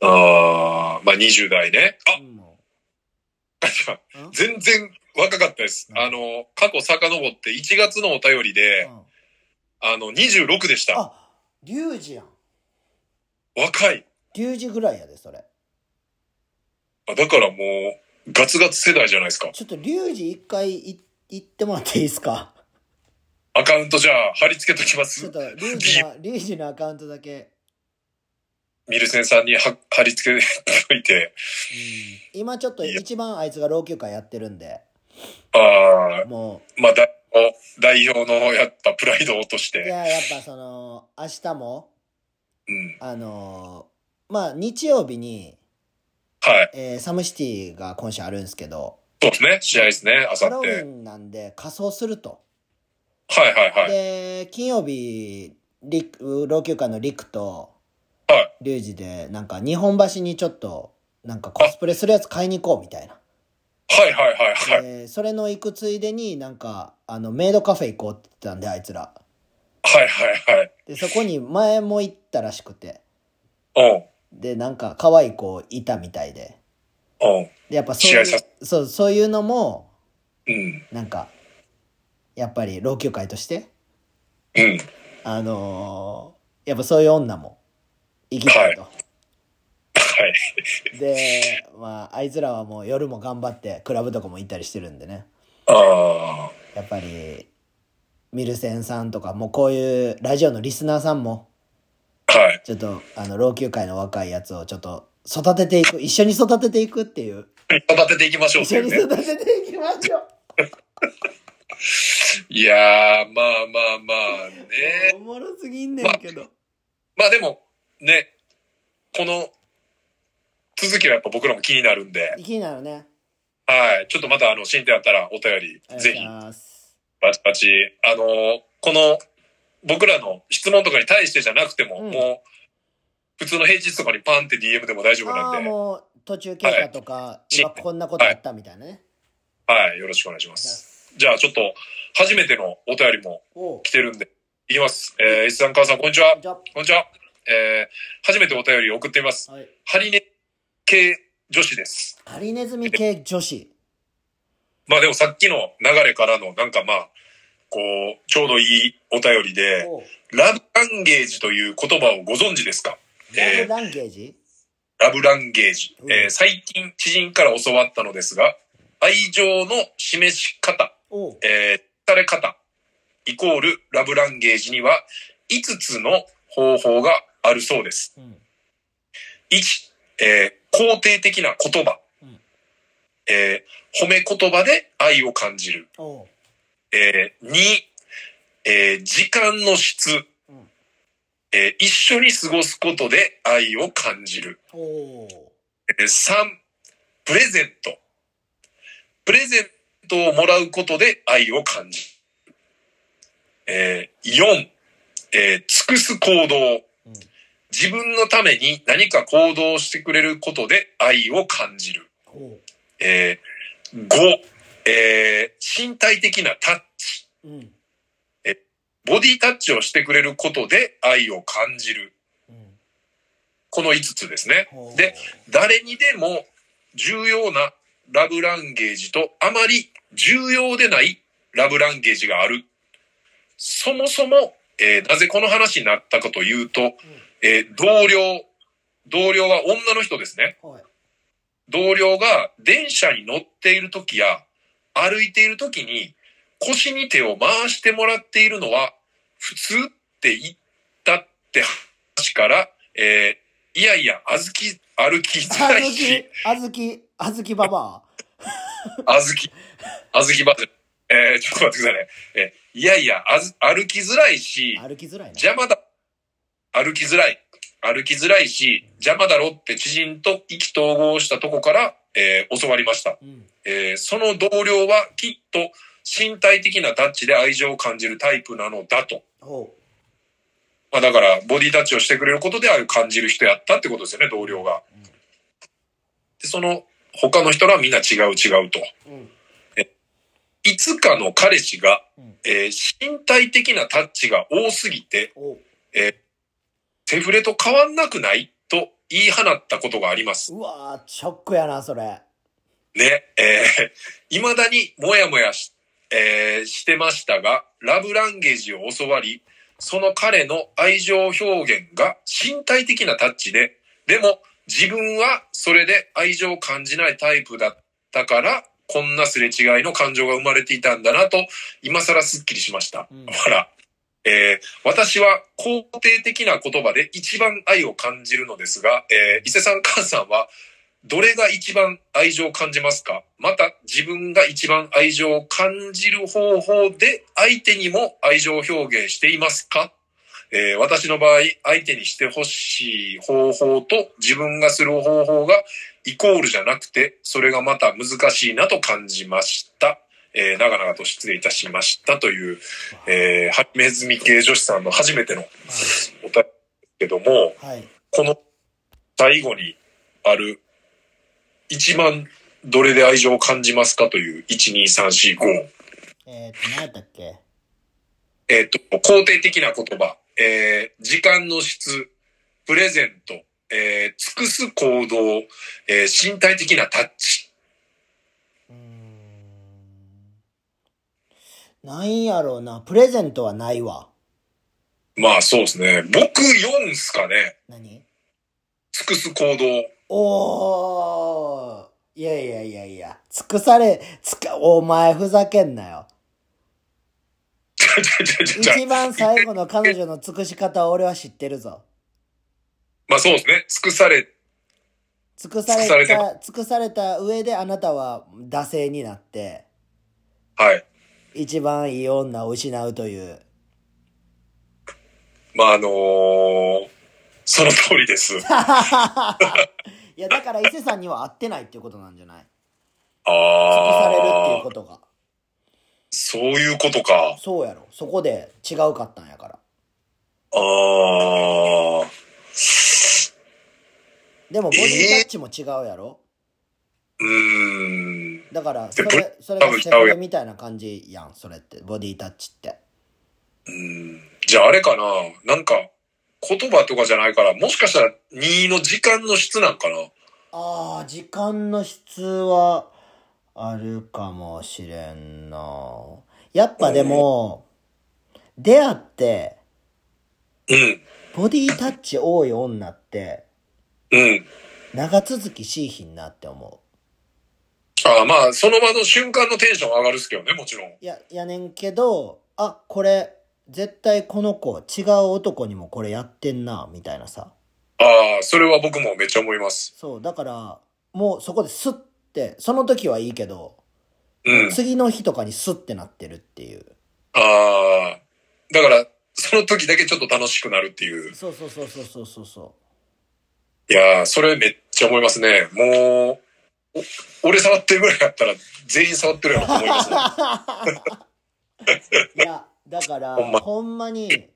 あー、まあ20代ね。あうんもん 全然若かったです。あの、過去遡って1月のお便りうで、うんあの、26でした。あ、リュウジやん。若い。リュウジぐらいやで、それ。あだからもう、ガツガツ世代じゃないですか。ちょっとリュウジ一回い行ってもらっていいですかアカウントじゃあ貼り付けときまちょっす。と、リュウジの、リュウジのアカウントだけ。ミルセンさんには 貼り付けといて。うん、今ちょっと一番あいつが老朽化やってるんで、あもー、まあ、だ代表のやっぱプライドを落としう、いて。や、やっぱその、明日も、うん。あのーまあ、日曜日に、はい。えーサムシティが今週あるんですけど、そうですね。試合ですね。あさハロっウて。はィいンなんで仮装すると。はいはい。で、金曜日、リク老朽化のリクと、はい。リュウジで、なんか日本橋にちょっと、なんかコスプレするやつ買いに行こうみたいな。はいはいはいはい。でそれの行くついでになんか、あの、メイドカフェ行こうって言ってたんで、あいつら。はいはいで、そこに前も行ったらしくて。はい。で、なんか、可愛い子いたみたいで。うん。うん。で、やっぱそういう試合さ、そう、そういうのも、うん。なんか、やっぱり老朽会として、うん。あのーやっぱそういう女も、行きたいと。はい。で、まあ、あいつらはもう夜も頑張って、クラブとかも行ったりしてるんでね。あやっぱり、ミルセンさんとか、もうこういうラジオのリスナーさんも、あ。はい。ちょっと、あの、老朽会の若いやつをちょっと、育てていく、一緒に育てていくっていう。育てていきましょうって一緒いうにね。育てていきましょいやー、まあまあまあう。ね。おもろすぎんねんけど。まあでも、ね、この続きはやっぱ僕らも気になるんで、気になるね。はい。ちょっとまたあの、進展あったらお便あり、りがとうぜござひい、ます。バチバチ。あのーこの、僕らの質問とかに対してじゃなくても、うんもう、普通の平日とかにパンって DM でも大丈夫あなあ、んで、もう、途中経過とか、い今こんなことあったみたいなね。はい。よろしくお願いします。じゃあちょっと、初めてのお便りもおう来てるんで、いきます。えー、石さん、母さん、こんにちは。じゃこんにちは。えー、初めてお便りを送ってみます。あ、はい。ハリネ系女子です。ハリネズミ系女子。まあでもさっきの流れからのなんかまあ、こう、ちょうどいいお便りで、おうラブランゲージという言葉をご存知ですかラえブーランゲージラブランゲージ。うんえー最近知人から教わったのですが、愛情の示し方、おうえーされ方、イコールラブランゲージには5つの方法があるそうです。うん。 1、えー肯定的な言葉。うんえー褒め言葉で愛を感じる。おうえー、2、えー時間の質。うんえー一緒に過ごすことで愛を感じる。おうえー3、プレゼント。プレゼントをもらうことで愛を感じる。えー、4、えー尽くす行動。うん。自分のために何か行動してくれることで愛を感じる。おうえー、5、えー身体的なタッチ、うん。ボディタッチをしてくれることで愛を感じる。うん。この5つですねほ。うで、、誰にでも重要なラブランゲージとあまり重要でないラブランゲージがある。そもそも、えーなぜこの話になったかというと、えー同僚、同僚は女の人ですね。はい。同僚が電車に乗っている時や歩いている時に腰に手を回してもらっているのは普通って言ったって話から、えーいやいや、あずき、歩きづらい小し、豆、小豆、あずきばばあずき、あずきバージョン。えー、ちょっと待ってくださいね。えーいやいや、あず歩きづらいし、あ歩きづらいな。邪魔だ。歩きづらい。歩きづらいし、邪魔だろって知人と意気投合したとこから、えー教わりました。うん。えーその同僚はきっと身体的なタッチで愛情を感じるタイプなのだと。ほまあだから、ボディタッチをしてくれることで愛を感じる人やったってことですよね、同僚が。で、その他の人らはみんな違う違うと。う。うん。いつかの彼氏がうん、えー身体的なタッチが多すぎて、おう。セフレと変わんなくないと言い放ったことがあります。うわー、ショックやな、それ。ね、えー、未だにもやもやし,、えーしてましたが、ラブランゲージを教わり、その彼の愛情表現が身体的なタッチで、でも自分はそれで愛情を感じないタイプだったから、こんなすれ違いの感情が生まれていたんだなと、今更すっきりしました。うんあら、えー私は肯定的な言葉で一番愛を感じるのですが、えー伊勢さん、母さんは、どれが一番愛情を感じますかまた自分が一番愛情を感じる方法で相手にも愛情を表現していますか、えー私の場合、相手にしてほしい方法と自分がする方法がイコールじゃなくて、それがまた難しいなと感じました。えー長々と失礼いたしましたという、えー、はめずみ系女子さんの初めてのお便りですけども、はい。この最後にある一番どれで愛情を感じますかという12345えーと、何やったっけえっ、と肯定的な言葉、えー時間の質プレゼント、えー尽くす行動、えー身体的なタッチうーん。なんやろうな。プレゼントはないわ。まあそうですね僕4っすかね何尽くす行動おー。いやいやいやいや。尽くされ、つか、お前ふざけんなよ。ちゃちゃちゃちゃちゃ一番最後の彼女の尽くし方を俺は知ってるぞ。まあそうですね尽くされ尽くされ尽くさた、尽くされた上であなたは惰性になって、はい一番いい女を失うと いう。まああのーその通りです。いや、だから伊勢さんには合ってないっていうことなんじゃない尽くされるっていあうあ、ことが。そういうことか。そうやろ。そこで違うかったんやから。ああ、でもボディタッチも違うやろ。うーん。だから、そでれ、それ多が分セちフゃうやんレみたいな感じやん、それって。ボディタッチって。じゃああれかななんか、言葉とかじゃないから、もしかしたら2の時間の質なんかなああ、時間の質はあるかもしれんな。やっぱでも、出会って、うん、ボディタッチ多い女って、うん。長続きしいひんなって思ああ、まあ、その場の瞬間のテンション上がるっすけどね、もちろん。う。いや、やねんけど、あ、これ、絶対この子、違う男にもこれやってんな、みたいなさ。ああ、それは僕もめっちゃ思います。そう、だから、もうそこでスッて、その時はいいけど、うん。次の日とかにスッてなってるっていう。ああ、だから、その時だけちょっと楽しくなるっていう。そうそうそうそうそうそうそう。いやー、それめっちゃ思いますね。もう、お俺触ってるぐらいだったら、全員触ってるやろと思いま す、ね。いや、だから、ほんまほんまに、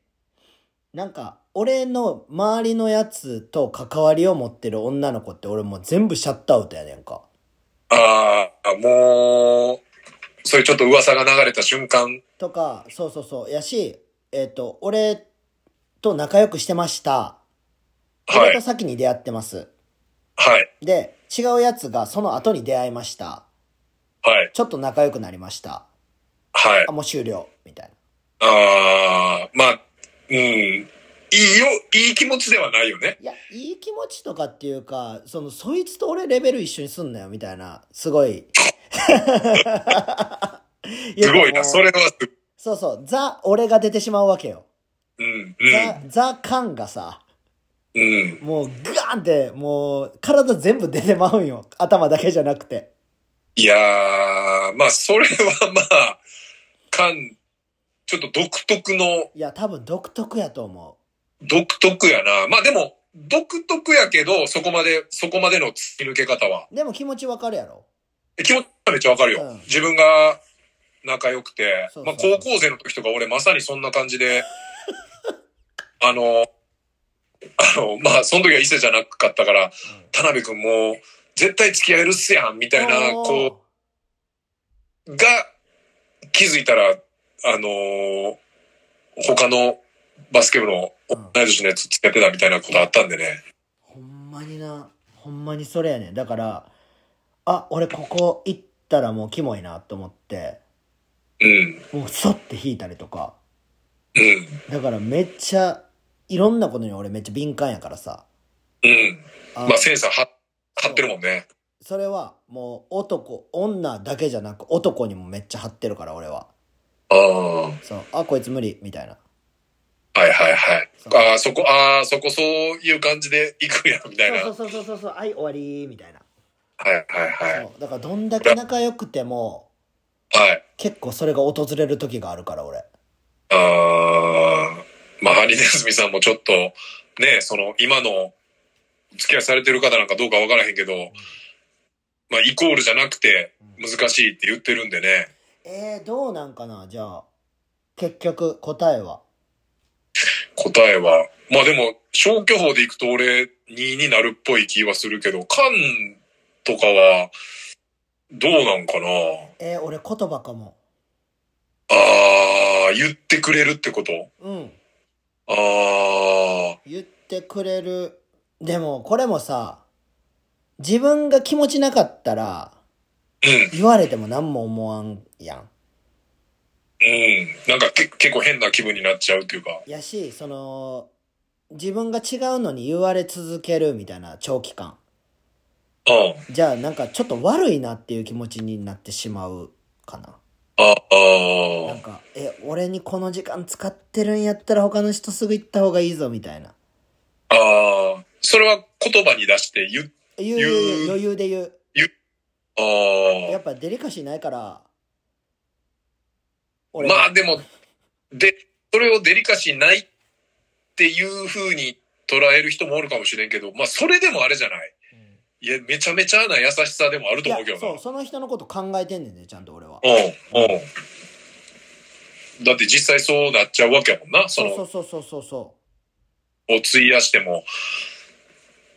なんか、俺の周りのやつと関わりを持ってる女の子って俺もう全部シャットアウトやねんか。ああ、もう、そういうちょっと噂が流れた瞬間。とか、そうそうそう。やし、えっ、と、俺と仲良くしてました。は俺とい。先に出会ってます。はい。で、違うやつがその後に出会いました。はい。ちょっと仲良くなりました。はいあ、。もう終了。みたいな。ああ、まあ、うん。いいよ、いい気持ちではないよね。いや、いい気持ちとかっていうか、その、そいつと俺レベル一緒にすんなよ、みたいな、すご い。すごいやな。そ。もうれはす、そうそう、ザ、俺が出てしまうわけよ。うん、うん。ザ、ザ感がさ、うん。もうグワーンって、もう体全部出てまうんよ。頭だけじゃなくて。いやー、まあ、それはまあ、かん、ちょっと独特の、いや、多分独特やと思独特やな。まあでも、独特やけど、そこまで、そこまでの突き抜け方は。う。でも気持ちわかるやろえ気持ちはめっちゃわかるよ。うん自分が仲良くて、そうそうまあ高校生の時とか俺まさにそんな感じで、 あの、あの、まあその時は伊勢じゃなかったから、田辺くんもう絶対付き合えるっすやん、みたいな、おーこう、が気づいたら、あのー他のバスケ部のうん同い年のやつ付き合ってたみたいなことあったんでね。ほんまにな、ほんまにそれやねん。だから、あ、俺ここ行ったらもうキモいなと思って、うん。もうそって引いたりとか。うん。だからめっちゃ、いろんなことに俺めっちゃ敏感やからさ。うん。あまあ、センサーは張ってるもんね。それはもう男、女だけじゃなく男にもめっちゃ張ってるから俺は。ああ。はそう、あ、こいつ無理、みたいな。いはいはいそ。うああ、そこ、ああ、そこそういう感じで行くんや、みたいな。はいそうそうそうそうそう、はい、終わり、みたいな。はいはい。そうだからどんだけ仲良くても、はい。結構それが訪れる時があるから俺。ああ。まあ、ハリネズミさんもちょっと、ね、その、今の、付き合いされてる方なんかどうかわからへんけど、まあ、イコールじゃなくて、難しいって言ってるんでね。えー、どうなんかなじゃあ、結局答えは。答えは。まあでも、消去法でいくと俺2になるっぽい気はするけど、カンとかは、どうなんかなえー、俺言葉かも。あー、言ってくれるってことうん。あー、言ってくれる。でも、これもさ、自分が気持ちなかったら、うん、言われても何も思わんやん。うん。なんかけ結構変な気分になっちゃうっていうか。やし、その、自分が違うのに言われ続けるみたいな長期間。うん。じゃあ、なんかちょっと悪いなっていう気持ちになってしまうかな。あなあん、か、え、俺にこの時間使ってるんやったら他の人すぐ行った方がいいぞみたいな。ああ、それは言葉に出して言う、言う言う言う余裕で言う。やあっぱデリカシーないから、あ、まあでも、で、それをデリカシーないっていう風に捉える人もおるかもしれんけど、まあそれでもあれじゃないいや、めちゃめちゃな優しさでもあるいとや思うけどな。そうう、その人のこと考えてんねんで、ちゃんと俺は。ん、うん。だって実際そうなっちゃうわけやもんな。そそうそうその、うそうそうそを費やしても。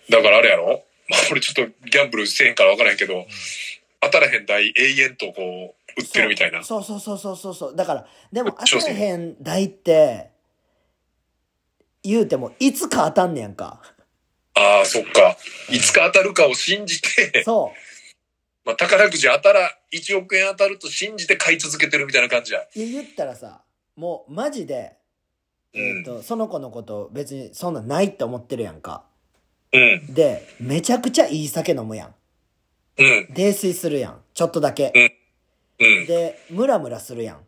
だからあれやろまあ俺ちょっとギャンブルせえへんからわからへんけど、当たらへん台永遠とこう、売う。ってるみたいな。そうそうそうそうそうそう。だから、でもち当ょたれへん台って、言うても、いつか当たんねやんか。ああ、そっか。いつか当たるかを信じて、そまあ宝くじ当たら、1億円当たると信じて買い続けてるみたいな感じや。う。いや言ったらさ、もうマジで、うんえっ、と、その子のこと別にそんなんないって思ってるやんか。うん、で、めちゃくちゃいい酒飲むやん。うん、泥酔するやん。ちょっとだけ。うん、で、ムラムラするやん。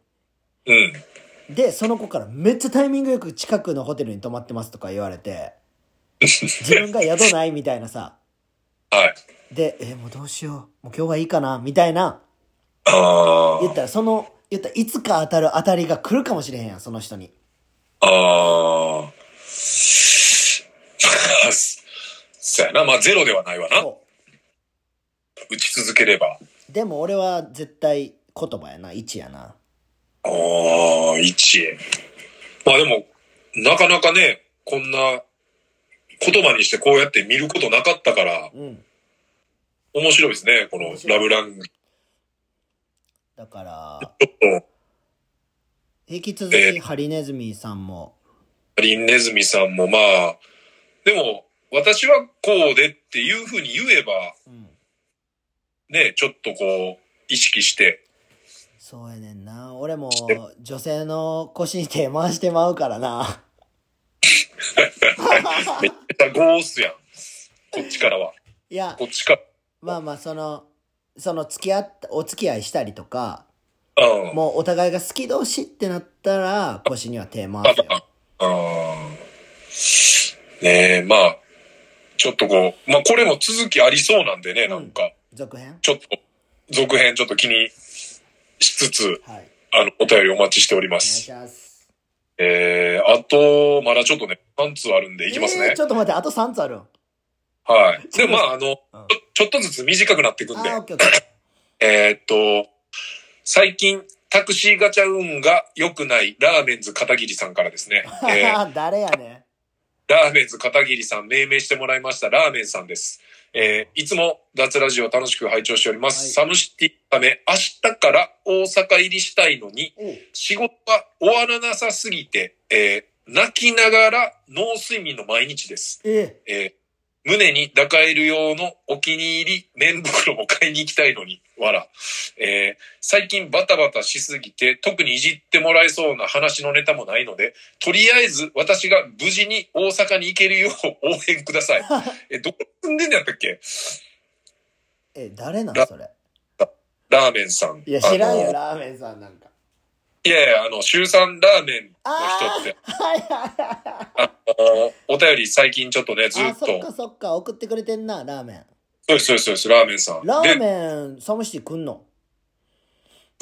うん。で、その子からめっちゃタイミングよく近くのホテルに泊まってますとか言われて、自分が宿ないみたいなさ。はい。で、え、もうどうしよう。もう今日はいいかなみたいな。あ言ったら、その、言ったらいつか当たる当たりが来るかもしれへんやん、その人に。あ。ああ。 そうやな。まあゼロではないわな。そ打ち続ければ。う。でも俺は絶対言葉やな、一やな。ああ、一円。まあでも、なかなかね、こんな言葉にしてこうやって見ることなかったから、うん。面白いですね。このラブラング。だから、ちょっと、引き続きハリネズミさんも、リンネズミさんもまあ、でも、私はこうでっていうふうに言えば、うん。ね、ちょっとこう、意識して、そうやねんな。俺も女性の腰に手回してまうからな。めっちゃゴースやん。こっちからは。いや、こっちかまあまあ、その、その付き合った、お付き合いしたりとか、ら。うん。もうお互いが好き同士ってなったら、腰には手回すよ。あーねえ、まあ、ちょっとこう、まあこれも続きありそうなんでね、なんか、続編ちょっと、続編ちょっと気にしつつ、はい。お願いあの、お便りお待ちしております。します。えー、あと、まだちょっとね、3通あるんでいきますえねー。ちょっと待って、あと3つあるん。はい。で、まあ、あの、ちうんょちょっとずつ短くなっていくんであ、オッケーオッケー。えーっと、最近、タクシーガチャ運が良くないラーメンズ片桐さんからで すね。えー誰やねラーメンズ片桐さん命名してもらいましたラーメンさんです。えーいつも脱ラジオ楽しく拝聴しております。はいサムシティのため明日から大阪入りしたいのに、ん。おう仕事が終わらなさすぎて、えー泣きながら脳睡眠の毎日です。ええー胸に抱かえる用のお気に入り麺袋も買いに行きたいのに、わら。えー最近バタバタしすぎて、特にいじってもらえそうな話のネタもないので、とりあえず私が無事に大阪に行けるよう応援く ださい。え、どこ住んでんのやったっけえ、誰なのそれ。ラーメンさん。いや、知らんあよ、のラーメンさんなんか。いやいや、あの、週3ラーメンの人って、あーはいはいはいあの、お便り最近ちょっとね、ずはい。っあ、と、そっかそっか、送ってくれてんな、ラーメン。そうです、そうですそうです、ラーメンさん。ラでーメン、サムシティ来んの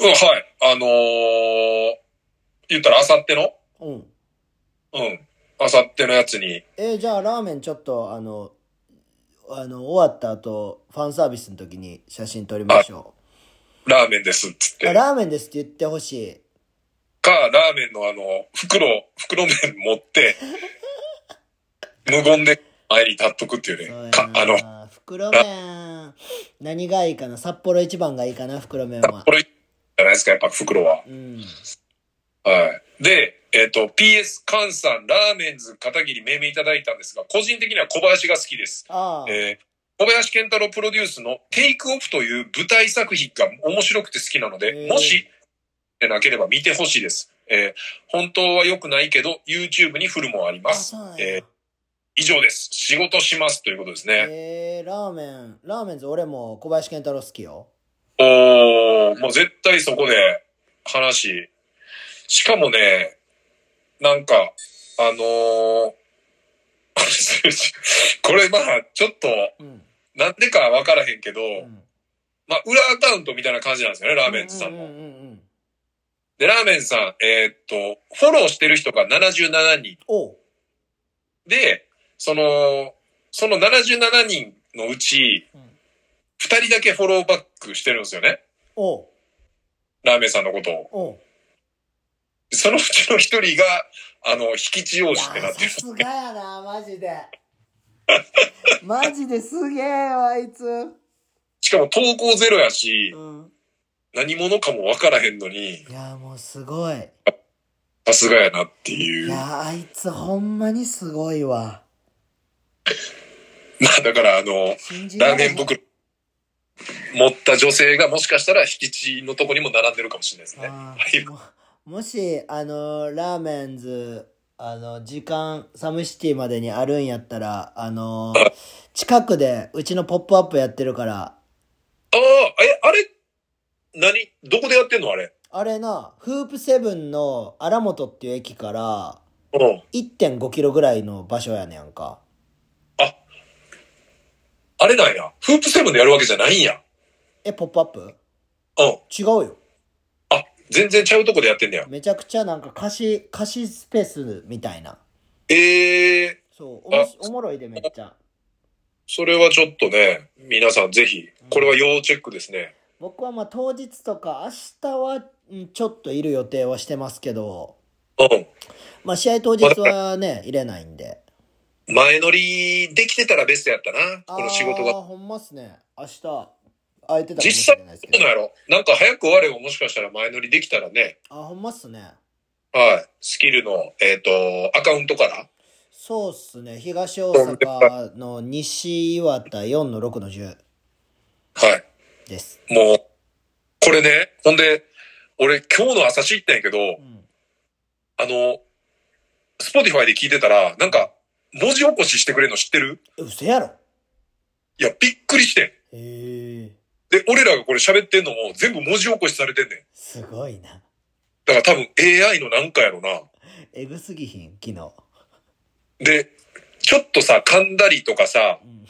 うん、はい。あのー言ったらあさってのうん。うん。あさってのやつに。えーじゃあラーメンちょっとあのあの終わった後ファンサービスの時に写真撮りましょラーメンですっつっうあて。ラーメンですって言ってほしいか、ラーメンのあの、袋、袋麺持 って、無言で前に立っとくっていうそうやなね。か、あの、袋麺何がいいかな札幌一番がいいかな袋麺はこれ、じゃないですか、やっぱ袋は。うんはい。で、えっ、と、PS 菅さん、ラーメンズ片桐命名いただいたんですが、個人的には小林が好きです。ああ、えー小林健太郎プロデュースのテイクオフという舞台作品が面白くて好きなのへで、ーもし、でなければ見てほしいです。えー本当は良くないけど、YouTube にフルもありまあすそう。なんやえー以上です。仕事しますということですね。えーラーメンラーメンズ俺も小林健太郎好きよおー、もう絶対そこで話。しかもね、なんか、あのー これまあ、ちょっと、うん、なんでかわからへんけど、うん、まあ、裏アカウントみたいな感じなんですよね、ラーメンズさうんも。んうんうんうんで、ラーメンさん、えーっと、フォローしてる人が77人。おうで、その、その77人のうち、うん2人だけフォローバックしてるんですよね。おうラーメンさんのことを。おうそのうちの1人が、あの、引き地用いや紙ってなーってさる。すがやなマジ でマジですげえよあいつ、しかも投稿ゼロやし、うん、何者かもわからへんのに、いやーもうすごいさすがやなってい。いうやまーあいつほんまにすごいわあ、だからあの、信じラらーれメへんン袋持った女性がもしかしたら引き地のとこにも並んでるかもしれないですね。あーももしあのーラーメンズあの時間サムシティまでにあるんやったらあのー近くでうちの「ポップアップやってるからああ、え、あれ、何どこでやってんのあれ。あれなフープセブンの荒本っていう駅からうん。 1 5キロぐらいの場所やねんかあれなんや。フープセブンでやるわけじゃないんや。え、ポップアップうん。違うよ。あ、全然ちゃうとこでやってんねや。めちゃくちゃなんか貸し、貸しスペースみたいな。ええー、そう、おもしおもろいでめっちゃ。それはちょっとね、皆さんぜひ、これは要チェックですね。僕はまあ当日とか明日はうんちょっといる予定はしてますけど、うん。まあ試合当日はね、入れないんで。前乗りできてたらベストやったな。この仕事あーが。ほんまっすね。明日、空いてたかも実しれ際、どなういですけなんど。やろなんか早く終わればもしかしたら前乗りできたらね。あ、ほんまっすね。はい。スキルの、えっ、と、アカウントから。そうっすね。東大阪の西岩田4の6の10はい。です。もう、これね、ほんで、俺今日の朝知ったんやけど、うん。あの、スポティファイで聞いてたら、なんか、文字起こししてくれるの知ってるえ、嘘やろいや、びっくりしてへえ。ん。で、俺らがこれ喋ってんのも全部文字起こしされてんねん。すごいな。だから多分 AI のなんかやろな。えぐすぎひん昨日で、ちょっとさ、噛んだりとかさ、うん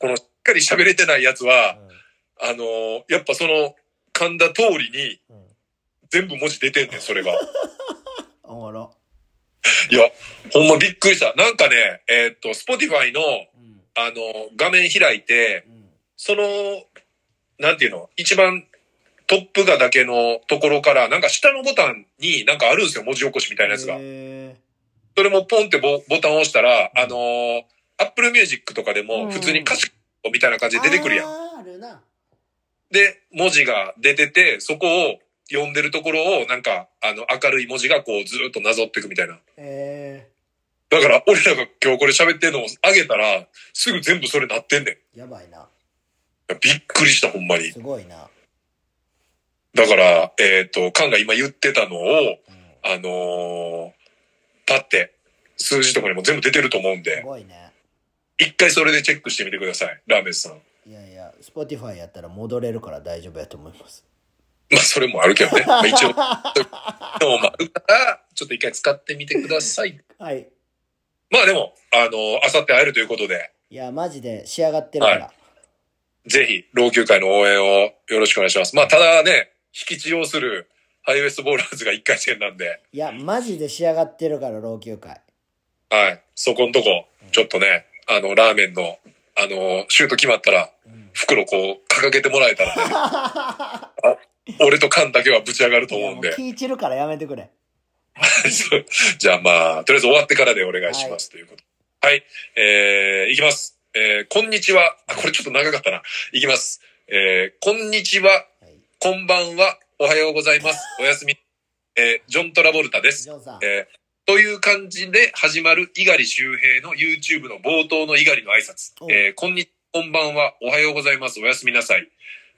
このしっかり喋れてないやつは、うあのーやっぱその、噛んだ通りに、んうん全部文字出てんねん、それが。おもろ。いや、ほんまびっくりした。なんかね、えーっと、Spotify の、うん。あの、画面開いて、うん。その、なんていうの、一番トップ画だけのところから、なんか下のボタンになんかあるんですよ、文字起こしみたいなやつが。えそれもポンってボボタンを押したら、あのー、Apple Music とかでうもん普通に歌詞みたいな感じー、で出てくるやん。あーあるな。で、文字が出てて、そこを読んでるところをなんか、あの、明るい文字がこうずーっとなぞっていくみたいな。えだから、俺らが今日これ喋ってるのを上げたら、すぐ全部それなってんねんいー、やばいな。や。びっくりした、ほんまに。すごいな。だから、えっ、と、カンが今言ってたのを、うん、あのーパって、数字とかにも全部出てると思うんすで、ごいね。一回それでチェックしてみてください、ラーメンさん。いやいや、Spotify やったら戻れるから大丈夫やと思います。まあ、それもあるけどね。まあ、一応、でもまあ、あるから、ちょっと一回使ってみてください。 はい。まあでも、あのー、あさって会えるということで、いや、マジで仕上がってるから。ぜひ、老朽会の応援をよろしくお願いします。まあ、ただね、引き地をするハイウエストボーラーズが一回戦なんで、いや、マジで仕上がってるから、老朽会。はい、そこんとこ、ちょっとね、あの、ラーメンの、あのー、シュート決まったら、うん、袋こう掲げてもらえたら、ね、あ俺と缶だけはぶち上がるとい思やうもんうで。気散るからやめてくれ。じゃあまあ、とりあえず終わってからでお願いします、ということ。はい、えー、いきます。えー、こんにちは。あ、これちょっと長かったな。いきます。えー、こんにちは、はい、こんばんは、おはようございます。おやすみ。えー、ジョン・トラボルタです。ジョンさん。えーという感じで始まる猪狩周平の YouTube の冒頭の猪狩の挨拶う。んえーこんにこんばんは、おはようございます、おやすみなさい。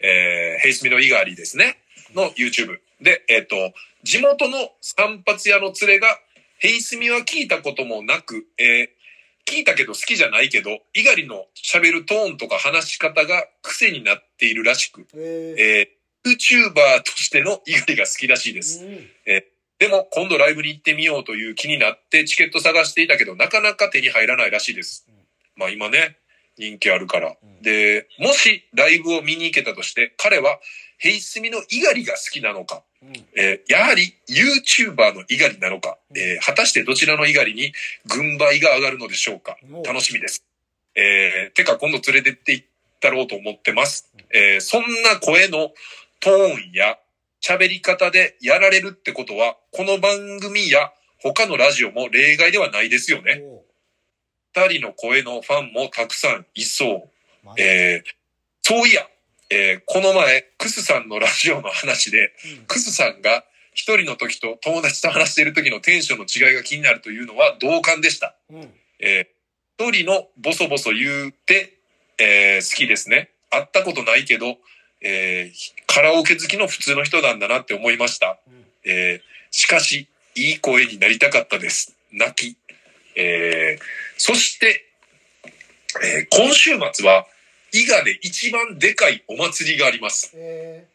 えー、ヘイスミの猪狩ですね。の YouTube。で、えっ、と、地元の散髪屋の連れが、ヘイスミは聞いたこともなく、えー聞いたけど好きじゃないけど、猪狩の喋るトーンとか話し方が癖になっているらしく、ええー、YouTuber としての猪狩が好きらしいです。ーうんでも今度ライブに行ってみようという気になってチケット探していたけどなかなか手に入らないらしいですうん。まあ今ね、人気あるから。うんで、もしライブを見に行けたとして彼はヘイスミの猪狩が好きなのか、うんえーやはり YouTuber の猪狩なのか、うんえー果たしてどちらの猪狩に軍配が上がるのでしょうか。もう楽しみです。えーてか今度連れてって行ったろうと思ってます。えーそんな声のトーンや喋り方でやられるってことは、この番組や他のラジオも例外ではないですよね。おう二人の声のファンもたくさんいそう。マジえーそういや、えーこの前、クスさんのラジオの話で、うんクスさんが一人の時と友達と話している時のテンションの違いが気になるというのは同感でした。うんえー一人のボソボソ言うて、えー好きですね。会ったことないけど、えーカラオケ好きの普通の人なんだなって思いました。うんえーしかし、いい声になりたかったです。泣き。えーそして、えー今週末は、伊賀で一番でかいお祭りがあります。え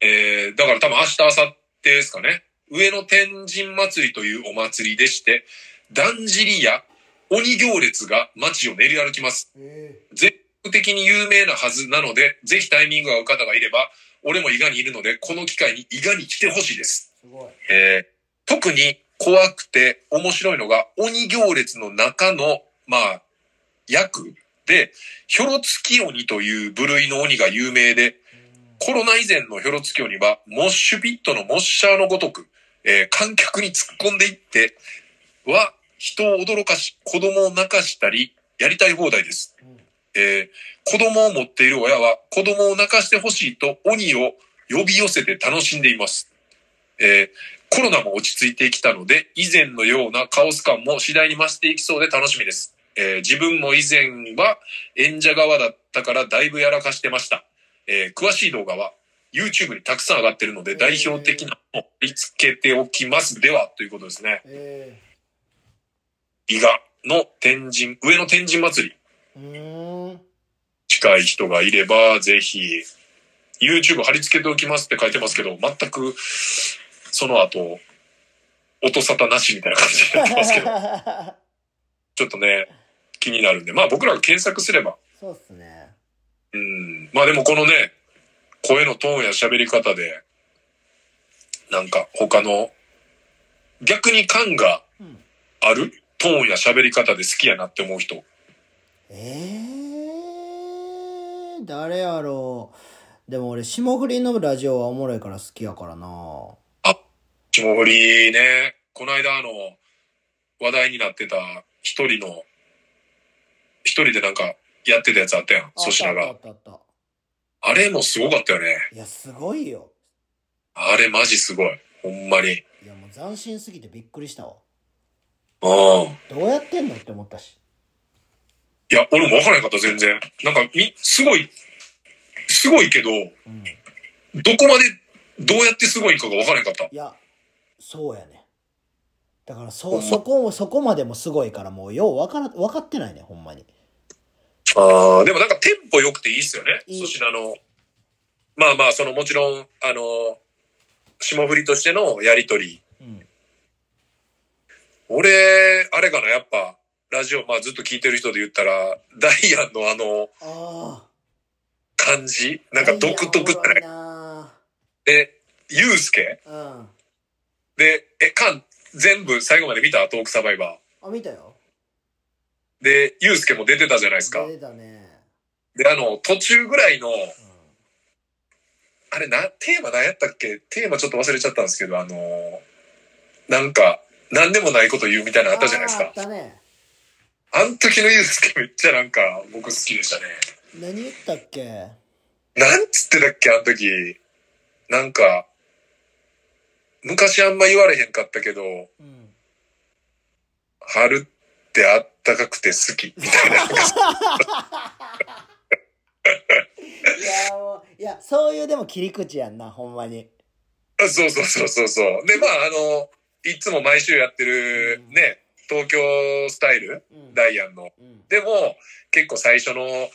えーだから多分明日、明後日ですかね。上野天神祭りというお祭りでして、だんじりや鬼行列が街を練り歩きます。ーえ全国的に有名なはずなので、ぜひタイミングが合う方がいれば、俺も伊賀にいるので、この機会に伊賀に来てほしいです。ーすごい。えー特に怖くて面白いのが、鬼行列の中の、まあ、役で、ひょろつき鬼という部類の鬼が有名うで、んコロナ以前のヒョロツキョには、モッシュピットのモッシャーのごとく、えー観客に突っ込んでいって、は、人を驚かし、子供を泣かしたり、やりたい放題です。うんえー子供を持っている親は、子供を泣かしてほしいと、鬼を呼び寄せて楽しんでいます。えーコロナも落ち着いてきたので、以前のようなカオス感も次第に増していきそうで楽しみです。えー自分も以前は演者側だったからだいぶやらかしてました。えー詳しい動画は YouTube にたくさん上がってるので代表的なのを見つけておきます。では、ということですね。え伊賀の天神、上の天神祭り、ーうーん近い人がいれば、ぜひ、YouTube 貼り付けておきますって書いてますけど、全く、その後、 音沙汰なしみたいな感じになってますけど、ちょっとね、気になるんで、まあ僕らが検索すれば、そうっすね。うん、まあでもこのね、声のトーンや喋り方で、なんか他の、逆に感がうん。あるトーンや喋り方で好きやなって思う人。えー、誰やろう。でも俺、霜降りのラジオはおもろいから好きやからな。霜降りね、この間あの、話題になってた一人の、一人でなんかやってたやつあったやん、粗品あがっ。たあったあっあれもすごかったよね。た。いや、すごいよ。あれマジすごい。ほんまに。いや、もう斬新すぎてびっくりしたわ。うん。どうやってんのって思ったし。いや、俺もわからなかった、全然。なんか、み、すごい、すごいけど、うん。どこまで、どうやってすごいんかがわからなかった。いや、そうやね。だから、そ、そこも、そこまでもすごいから、もう、ようわから、分かってないね、ほんまに。ああ。でもなんかテンポ良くていいっすよね。いい粗品の。まあまあ、そのもちろん、あの、霜降りとしてのやりとり。うん。俺、あれかな、やっぱ、ラジオ、まあずっと聞いてる人で言ったら、ダイアンのあの、あ感じあ。なんか独特じゃないいやおもろで、ユうスケいなうん。で、え、カン、全部最後まで見たトークサバイバあ、見たよ。ー。で、ユうスケも出てたじゃないですか。出たね。で、あの、途中ぐらいの、うん。あれな、テーマ何やったっけテーマちょっと忘れちゃったんですけど、あのーなんか、何でもないこと言うみたいなのあったじゃないですあーあかっ。たね。あん時のユうスケめっちゃなんか、僕好きでしたね。何言ったっけなんつってたっけあの時。なんか、昔あんま言われへんかったけど、うん。春ってあったかくて好き。 みたいな。いや、もう、いや、そういうでも切り口やんな、ほんまに。あそうそうそうそうそう。で、まあ、あの、いつも毎週やってる、うんね、東京スタイル、うん。ダイアンの。うん。でも、結構最初の、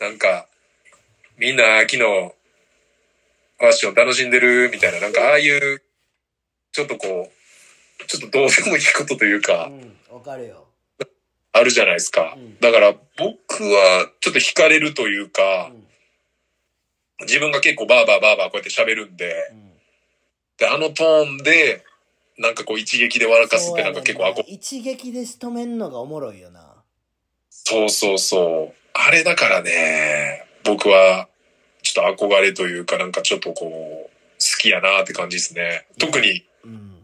なんか、みんな秋のファッション楽しんでるみたいな、なんかああいう、ちょっとこう、ちょっとどうでもいいことといううか、ん、わかるよ。あるじゃないですかうん。だから僕はちょっと惹かれるといううか、ん。自分が結構バーバーバーバーこうやって喋るんでう、ん。で、あのトーンで、なんかこう一撃で笑かすそっうてやねなんんかな結構憧れ一撃で仕留めんのがおもろいよな。そうそうそう。あれだからね、僕は、ちょっと憧れというか、なんかちょっとこう、好きやなって感じですね。特に、うん。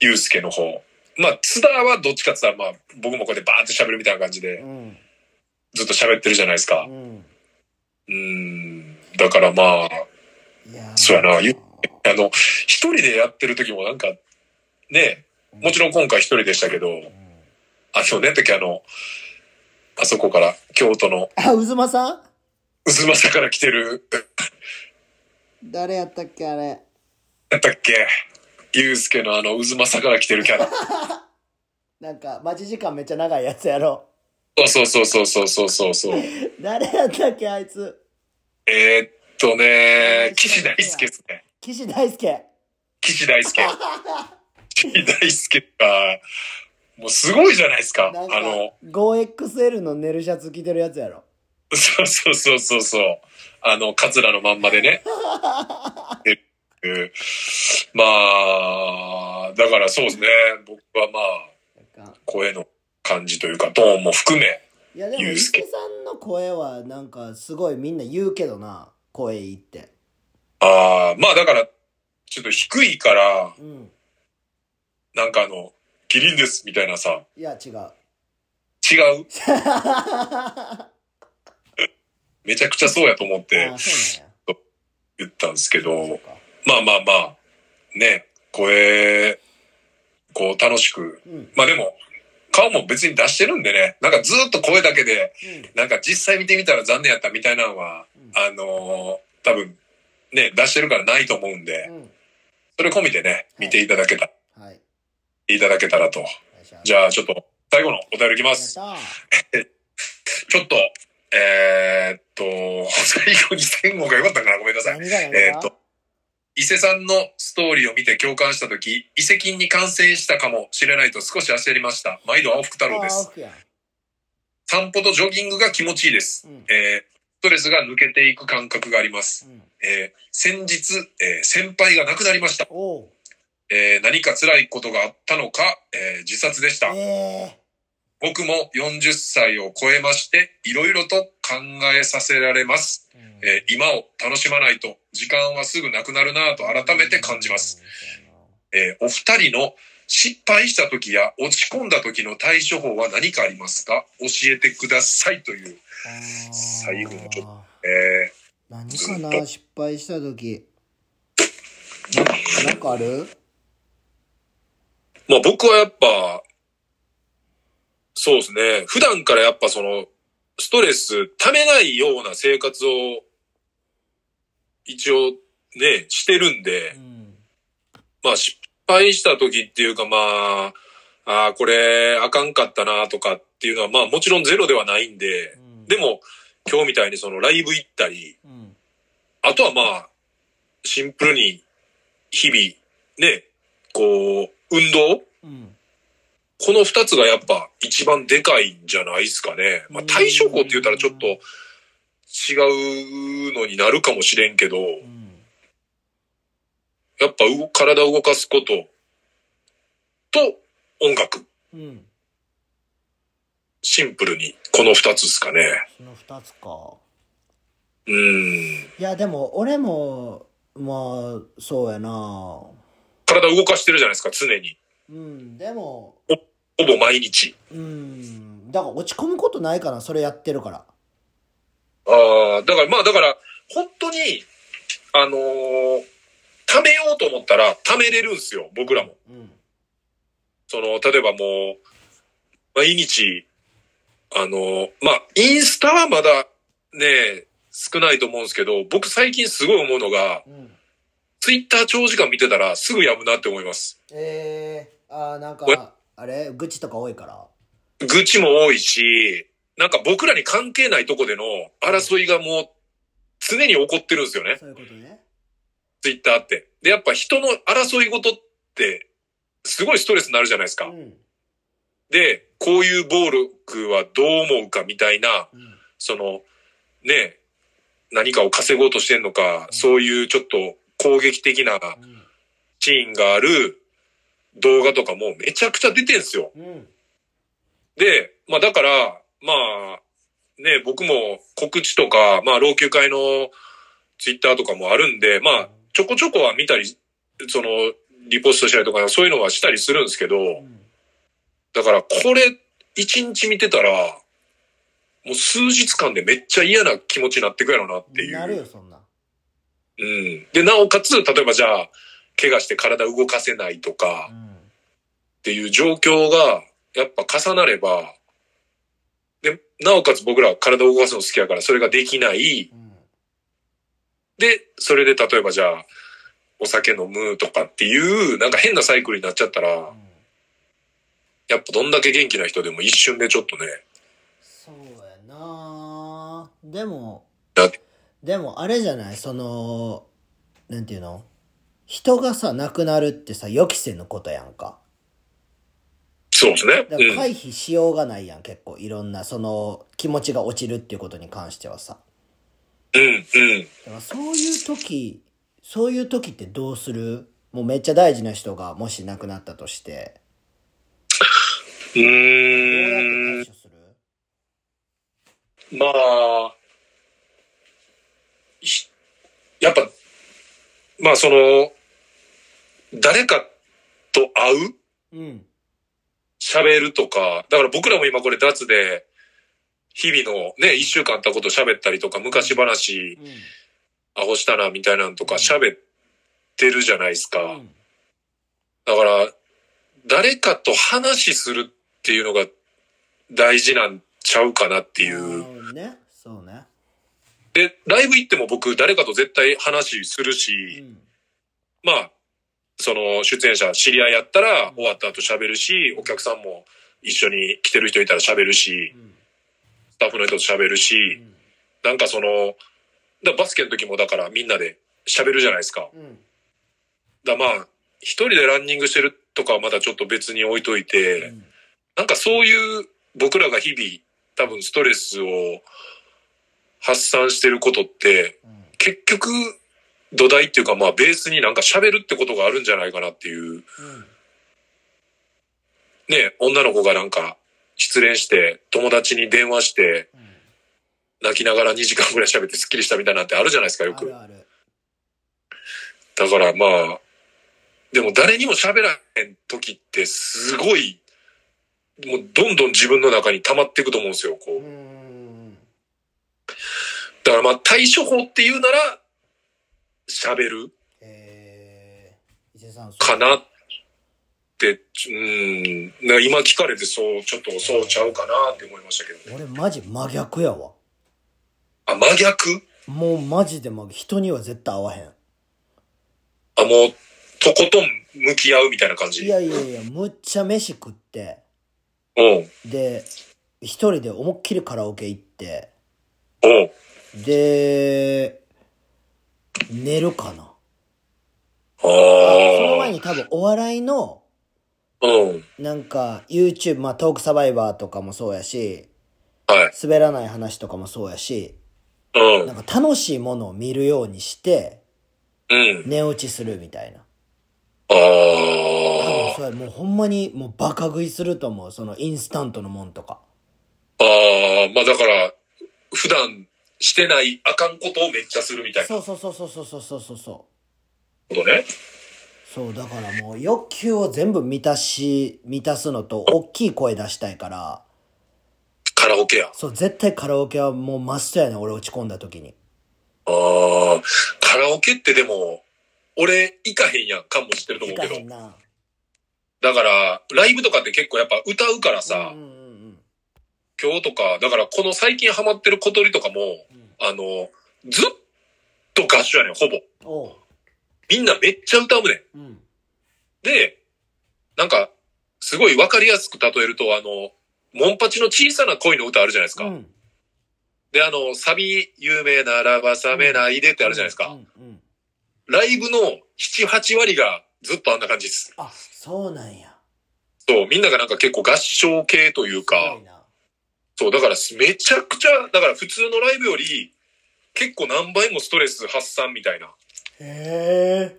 ゆうすけの方。まあ、津田はどっちかって言ったら、まあ、僕もこうやってバーって喋るみたいな感じでう、ん。ずっと喋ってるじゃないですかう。ん。うん。だからまあ、いやーそうやなゆあの、一人でやってる時もなんか、ね、もちろん今回一人でしたけど、うんあ、そうね、時あの、あそこから、京都の、あ、うずまさんうずまさから来てる、誰やったっけ、あれ。やったっけゆうすけのあの、渦政から来てるキャラ。なんか、待ち時間めっちゃ長いやつやろ。そうそうそうそうそうそうそう。誰やったっけ、あいつ。えーっとね、岸大輔ですね。岸大輔。岸大 輔。岸大輔が、もうすごいじゃないですか。あなんかの、、 5XL の寝るシャツ着てるやつやろ。そうそうそうそうそう。あの、カツラのまんまでね。 ええまあ、だからそうですね。僕はまあ、声の感じというか、トーンも含め、いやでもユ伊ースケ勢さんの声はなんかすごいみんな言うけどな声いいってああ、まあだから、ちょっと低いから、うんなんかあの、キリンですみたいなさ、いや 違う違うあめちゃくちゃそうやと思ってあそうなんや言ったんですけそうど、かまあまあまあ、ね、声、こう楽しく。うんうんまあでも、顔も別に出してるんでね、なんかずっと声だけで、なんか実際見てみたら残念やったみたいなのは、あのー多分、ね、出してるからないと思うんで、うんそれ込みでね、見ていただけた、はいいただけたらと。お願いしますじゃあちょっと、最後のお便りいきます。やっちょっと、えーっと、最後に前後が良かったんかなごめんなたさーい。何が何が、えーっと伊勢さんのストーリーを見て共感したとき、伊勢菌に感染したかもしれないと少し焦りました。毎度青福太郎であーオす。フやん散歩とジョギングが気持ちいいです。うんえーストレスが抜けていく感覚があります。うん。えー先日、えー先輩が亡くなりました。おう。えー何か辛いことがあったのか、えー自殺でした。え僕も40歳を超えまして、いろいろと考えさせられます。ええー今を楽しまないと、時間はすぐなくなるなぁと改めて感じます。。えーお二人の失敗した時や落ち込んだ時の対処法は何かありますか教えてくださいという、最後のちょっと。え何かずっなと失敗した時ななんかあるーまあ僕はやっぱ、そうですね。普段からやっぱその、ストレス溜めないような生活を、一応ね、してるんで、うん。まあ失敗した時っていうかまあ、ああ、これあかんかったなとかっていうのはまあもちろんゼロではないんで、で、も今日みたいにそのライブ行ったり、うん。あとはまあ、シンプルに日々ね、こう、運動うん。この二つがやっぱ一番でかいんじゃないですかね。まあ対処法って言ったらちょっと違うのになるかもしれんけど、うん。やっぱう体を動かすことと音楽。うん。シンプルに、この二つですかね。その二つか。うーん。いや、でも、俺も、まあ、そうやな。体動かしてるじゃないですか、常に。うん、でも、ほぼ毎日。うん、だから落ち込むことないから、それやってるから。ああ、だから、まあ、だから、本当に、あのー貯めようと思ったら、貯めれるんですよ、僕らも。うん。その、例えばもう、毎日、あのーまあ、インスタはまだ、ね、少ないと思うんですけど、僕最近すごい思うのが、うん。ツイッター長時間見てたら、すぐやむなって思います。えー、あーなんこれか、あれ愚痴とか多いから。愚痴も多いし、なんか僕らに関係ないとこでの争いがもう常に起こってるんですよね。そういうことね。ツイッターって。で、やっぱ人の争い事ってすごいストレスになるじゃないですか。うん。で、こういう暴力はどう思うかみたいな、うん。その、ね、何かを稼ごうとしてんのか、そういうちょっと攻撃的なシーンがある動画とかもめちゃくちゃ出てんすよ。うん。うん。で、まあだから、まあ、ね、僕も告知とか、まあ老朽会のツイッターとかもあるんで、まあちょこちょこは見たり、その、リポストしたりとか、そういうのはしたりするんですけど、うんだからこれ、一日見てたら、もう数日間でめっちゃ嫌な気持ちになってくやろなっていう。なるよ、そんな。うん。で、なおかつ、例えばじゃあ、怪我して体動かせないとかう、ん。っていう状況が、やっぱ重なれば、で、なおかつ僕らは体を動かすの好きやから、それができない。うん。で、それで例えばじゃあ、お酒飲むとかっていう、なんか変なサイクルになっちゃったら、うんやっぱどんだけ元気な人でも一瞬でちょっとね、そうやなでもだでもあれじゃないそのなんていうの人がさ亡くなるってさ予期せぬことやんかそうですね。だから回避しようがないやん、結構いろんなその気持ちが落ちるっていうことに関してはさうん、うん、うん。だからそういう時そういう時ってどうするもうめっちゃ大事な人がもし亡くなったとしてうどうやってーん対、処するまあ、ひやっぱ、まあその、誰かと会ううん喋るとか、だから僕らも今これ脱で、日々のね、一週間あったこと喋ったりとか、昔話、うアホしたな、みたいなのとか喋ってるじゃないですか。んだから、誰かと話するっていうのが大事なんちゃうかなっていう。うんねそうねで、ライブ行っても僕、誰かと絶対話するうし、んまあ、その出演者、知り合いやったら終わった後喋るし、お客さんも一緒に来てる人いたら喋るしう、んスタッフの人と喋るし、うんなんかその、だバスケの時もだからみんなで喋るじゃないですか。うんだまあ、一人でランニングしてるとかはまだちょっと別に置いというて、んなんかそういう僕らが日々多分ストレスを発散してることって、うん結局、土台っていうか、まあ、ベースになんか喋るってことがあるんじゃないかなっていう、ね、女の子がなんか、失恋して、友達に電話して、うん泣きながら2時間ぐらい喋ってスッキリしたみたいなんてあるじゃないですか、うよん、あくる。あるだからまあ、でも誰にも喋らへん時ってすごい、もうどんどん自分の中に溜まっていくと思うんですよ、こうう。んだからまあ対処法っていうなら、喋るえー、伊勢さんかなって、うん、なんか今聞かれてそう、ちょっとそうちゃうかなって思いましたけどね。俺マジ真逆やわあ、真逆もうマジで真逆人には絶対合わへんあ、もう、とことん向き合うみたいな感じ。いやいやいやむっちゃ飯食ってうん、で一人で思いっきりカラオケ行ってうん。で寝るかなあその前あに多分お笑いのうん。なんか YouTube まあトークサバイバーとかもそうやしはい。滑らない話とかもそうやしう んなん。か楽しいものを見るようにしてうん。寝落ちするみたいなあ多分あ。それもうほんまにもうバカ食いすると思うそのインスタントのもんとかああ、まあだから、普段してないあかんことをめっちゃするみたいなそうそうそうそうそうそうそうそうそうことね。そうだからもう欲求を全部満たし満たすのと大きい声出したいからカラオケや。そう絶対カラオケはもうマストやねん俺落ち込んだ時にああ、カラオケってでも、俺、行かへんやんかも知ってるとい思うかけへんど。なだから、ライブとかって結構やっぱ歌うからさ、うんうんうん今日とか、だからこの最近ハマってる小鳥とかも、うんあの、ずっと合唱やねん、ほぼ。おうみんなめっちゃ歌うねうん。んで、なんか、すごいわかりやすく例えると、あの、モンパチの小さな恋の歌あるじゃないですか。うんで、あの、サビ、有名ならば覚めないでってあるじゃないですうか。んうんうんライブの7、8割がずっとあんな感じです。あそうなんやそう、みんながなんか結構合唱系というすかごい、なそう、だからめちゃくちゃ、だから普通のライブより結構何倍もストレス発散みたいな、へえ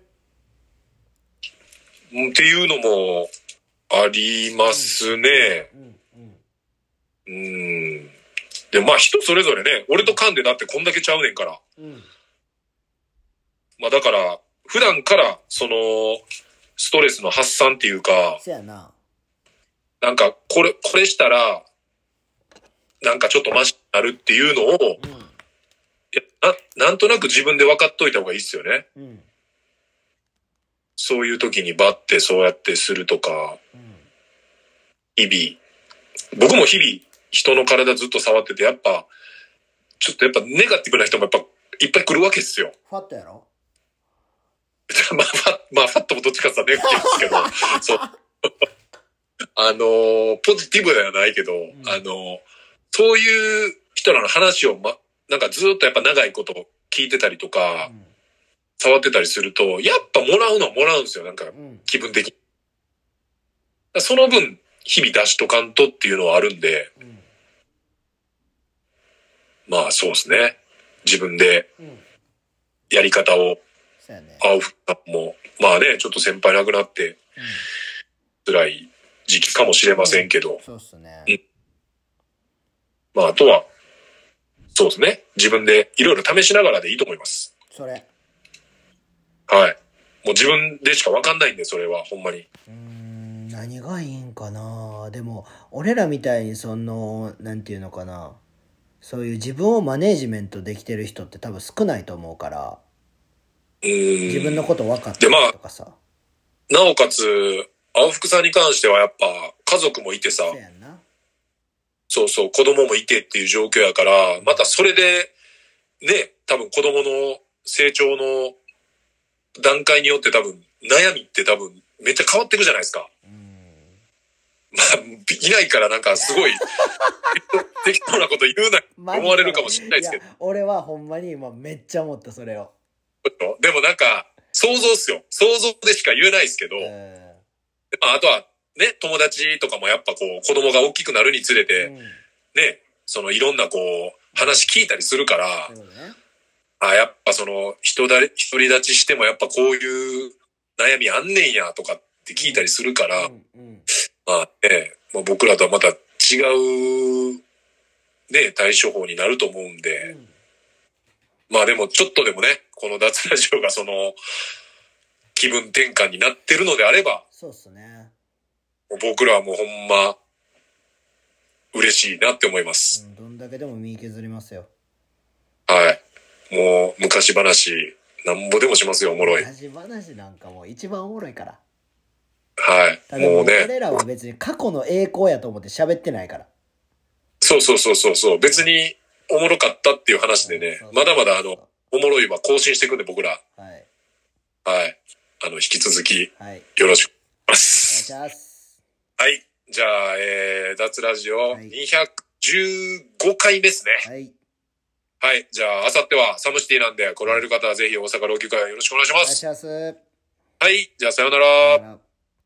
うんっていうのもありますね。うんうんうん。でもまあ人それぞれね、俺とカンでだってこんだけちゃうねんから。うんまあだから、普段からその、ストレスの発散っていうか、そやななんかこれ、これしたら、なんかちょっとマシになるっていうのうを、いやななんとなく自分で分かっといた方がいいっすよね。んうんそういう時にバッてそうやってするとか、うん日々。僕も日々人の体ずっと触ってて、やっぱ、ちょっとやっぱネガティブな人もやっぱいっぱい来るわけっすよ。 ファットやろまあ、ファまあ、ファットもどっちかって言ったらネガティブですけど、そう。 あのーポジティブではないけど、んあのーそういう人らの話を、ま、なんかずっとやっぱ長いこと聞いてたりとか、触ってたりすると、やっぱもらうのはもらうんですよ、なんかうんうん気分的に。だからその分、日々出しとかんとっていうのはあるんで、うんまあそうですね。自分でうんやり方を、そやね青福さんも、まあね、ちょっと先輩亡くなってう辛い時期かもしれませんけどん、そうっすねうんまああとは、そうですね。自分でいろいろ試しながらでいいと思います。それはい。もう自分でしかわかんないんで、それは、ほんまに。うーん何がいいんかなでも俺らみたいにそのなんていうのかなそういう自分をマネージメントできてる人って多分少ないと思うからうーん。自分のこと分かってでまあとかさ、なおかつ、青福さんに関してはやっぱ、家族もいてさ、そうやんなそうそう、子供もいてっていう状況やから、またそれで、ね、多分子供の成長の段階によって多分、悩みって多分、めっちゃ変わっていくじゃないですか。うんまあ、いないからなんかすごい、 適当なこと言うな、思われるかもしれないですけどや俺はほんまに今めっちゃ思ったそれをでもなんか、想像っすよ。想像でしか言えないですけど、うんでまあ、あとは、ね、友達とかもやっぱこう、子供が大きくなるにつれて、うんね、そのいろんなこう、話聞いたりするからな、るほどね。あ、やっぱその、人だれ、独り立ちしてもやっぱこういう悩みあんねんやとかって聞いたりするから、うんうんまあね、まあ、僕らとはまた違う、ね、対処法になると思うんで、うんまあでもちょっとでもね、この脱ラジオがその、気分転換になってるのであれば、そうっすね。もう僕らはもうほんま、嬉しいなって思います。うん、どんだけでも身削りますよ。はい。もう、昔話、なんぼでもしますよ、おもろい。は話話なんかもう一番おもろいから。たい。だもう俺ね、らは別に過去の栄光やと思って喋ってないから。そうそうそうそうそう、別におもろかったっていう話でねそうそう、まだまだあの、おもろいは更新していくんで、僕ら。はい。はい。あの、引き続き、はい。よろしくお願いしまお願いし。ますす。はい。じゃあ、えー、脱ラジオはい215回ですね。はい。はい。じゃあ、あさってはサムシティなんで来られる方はぜひ大阪老朽会よろしくお願いしおま願いすし。ます。はい。じゃあ、さようなら。さよなら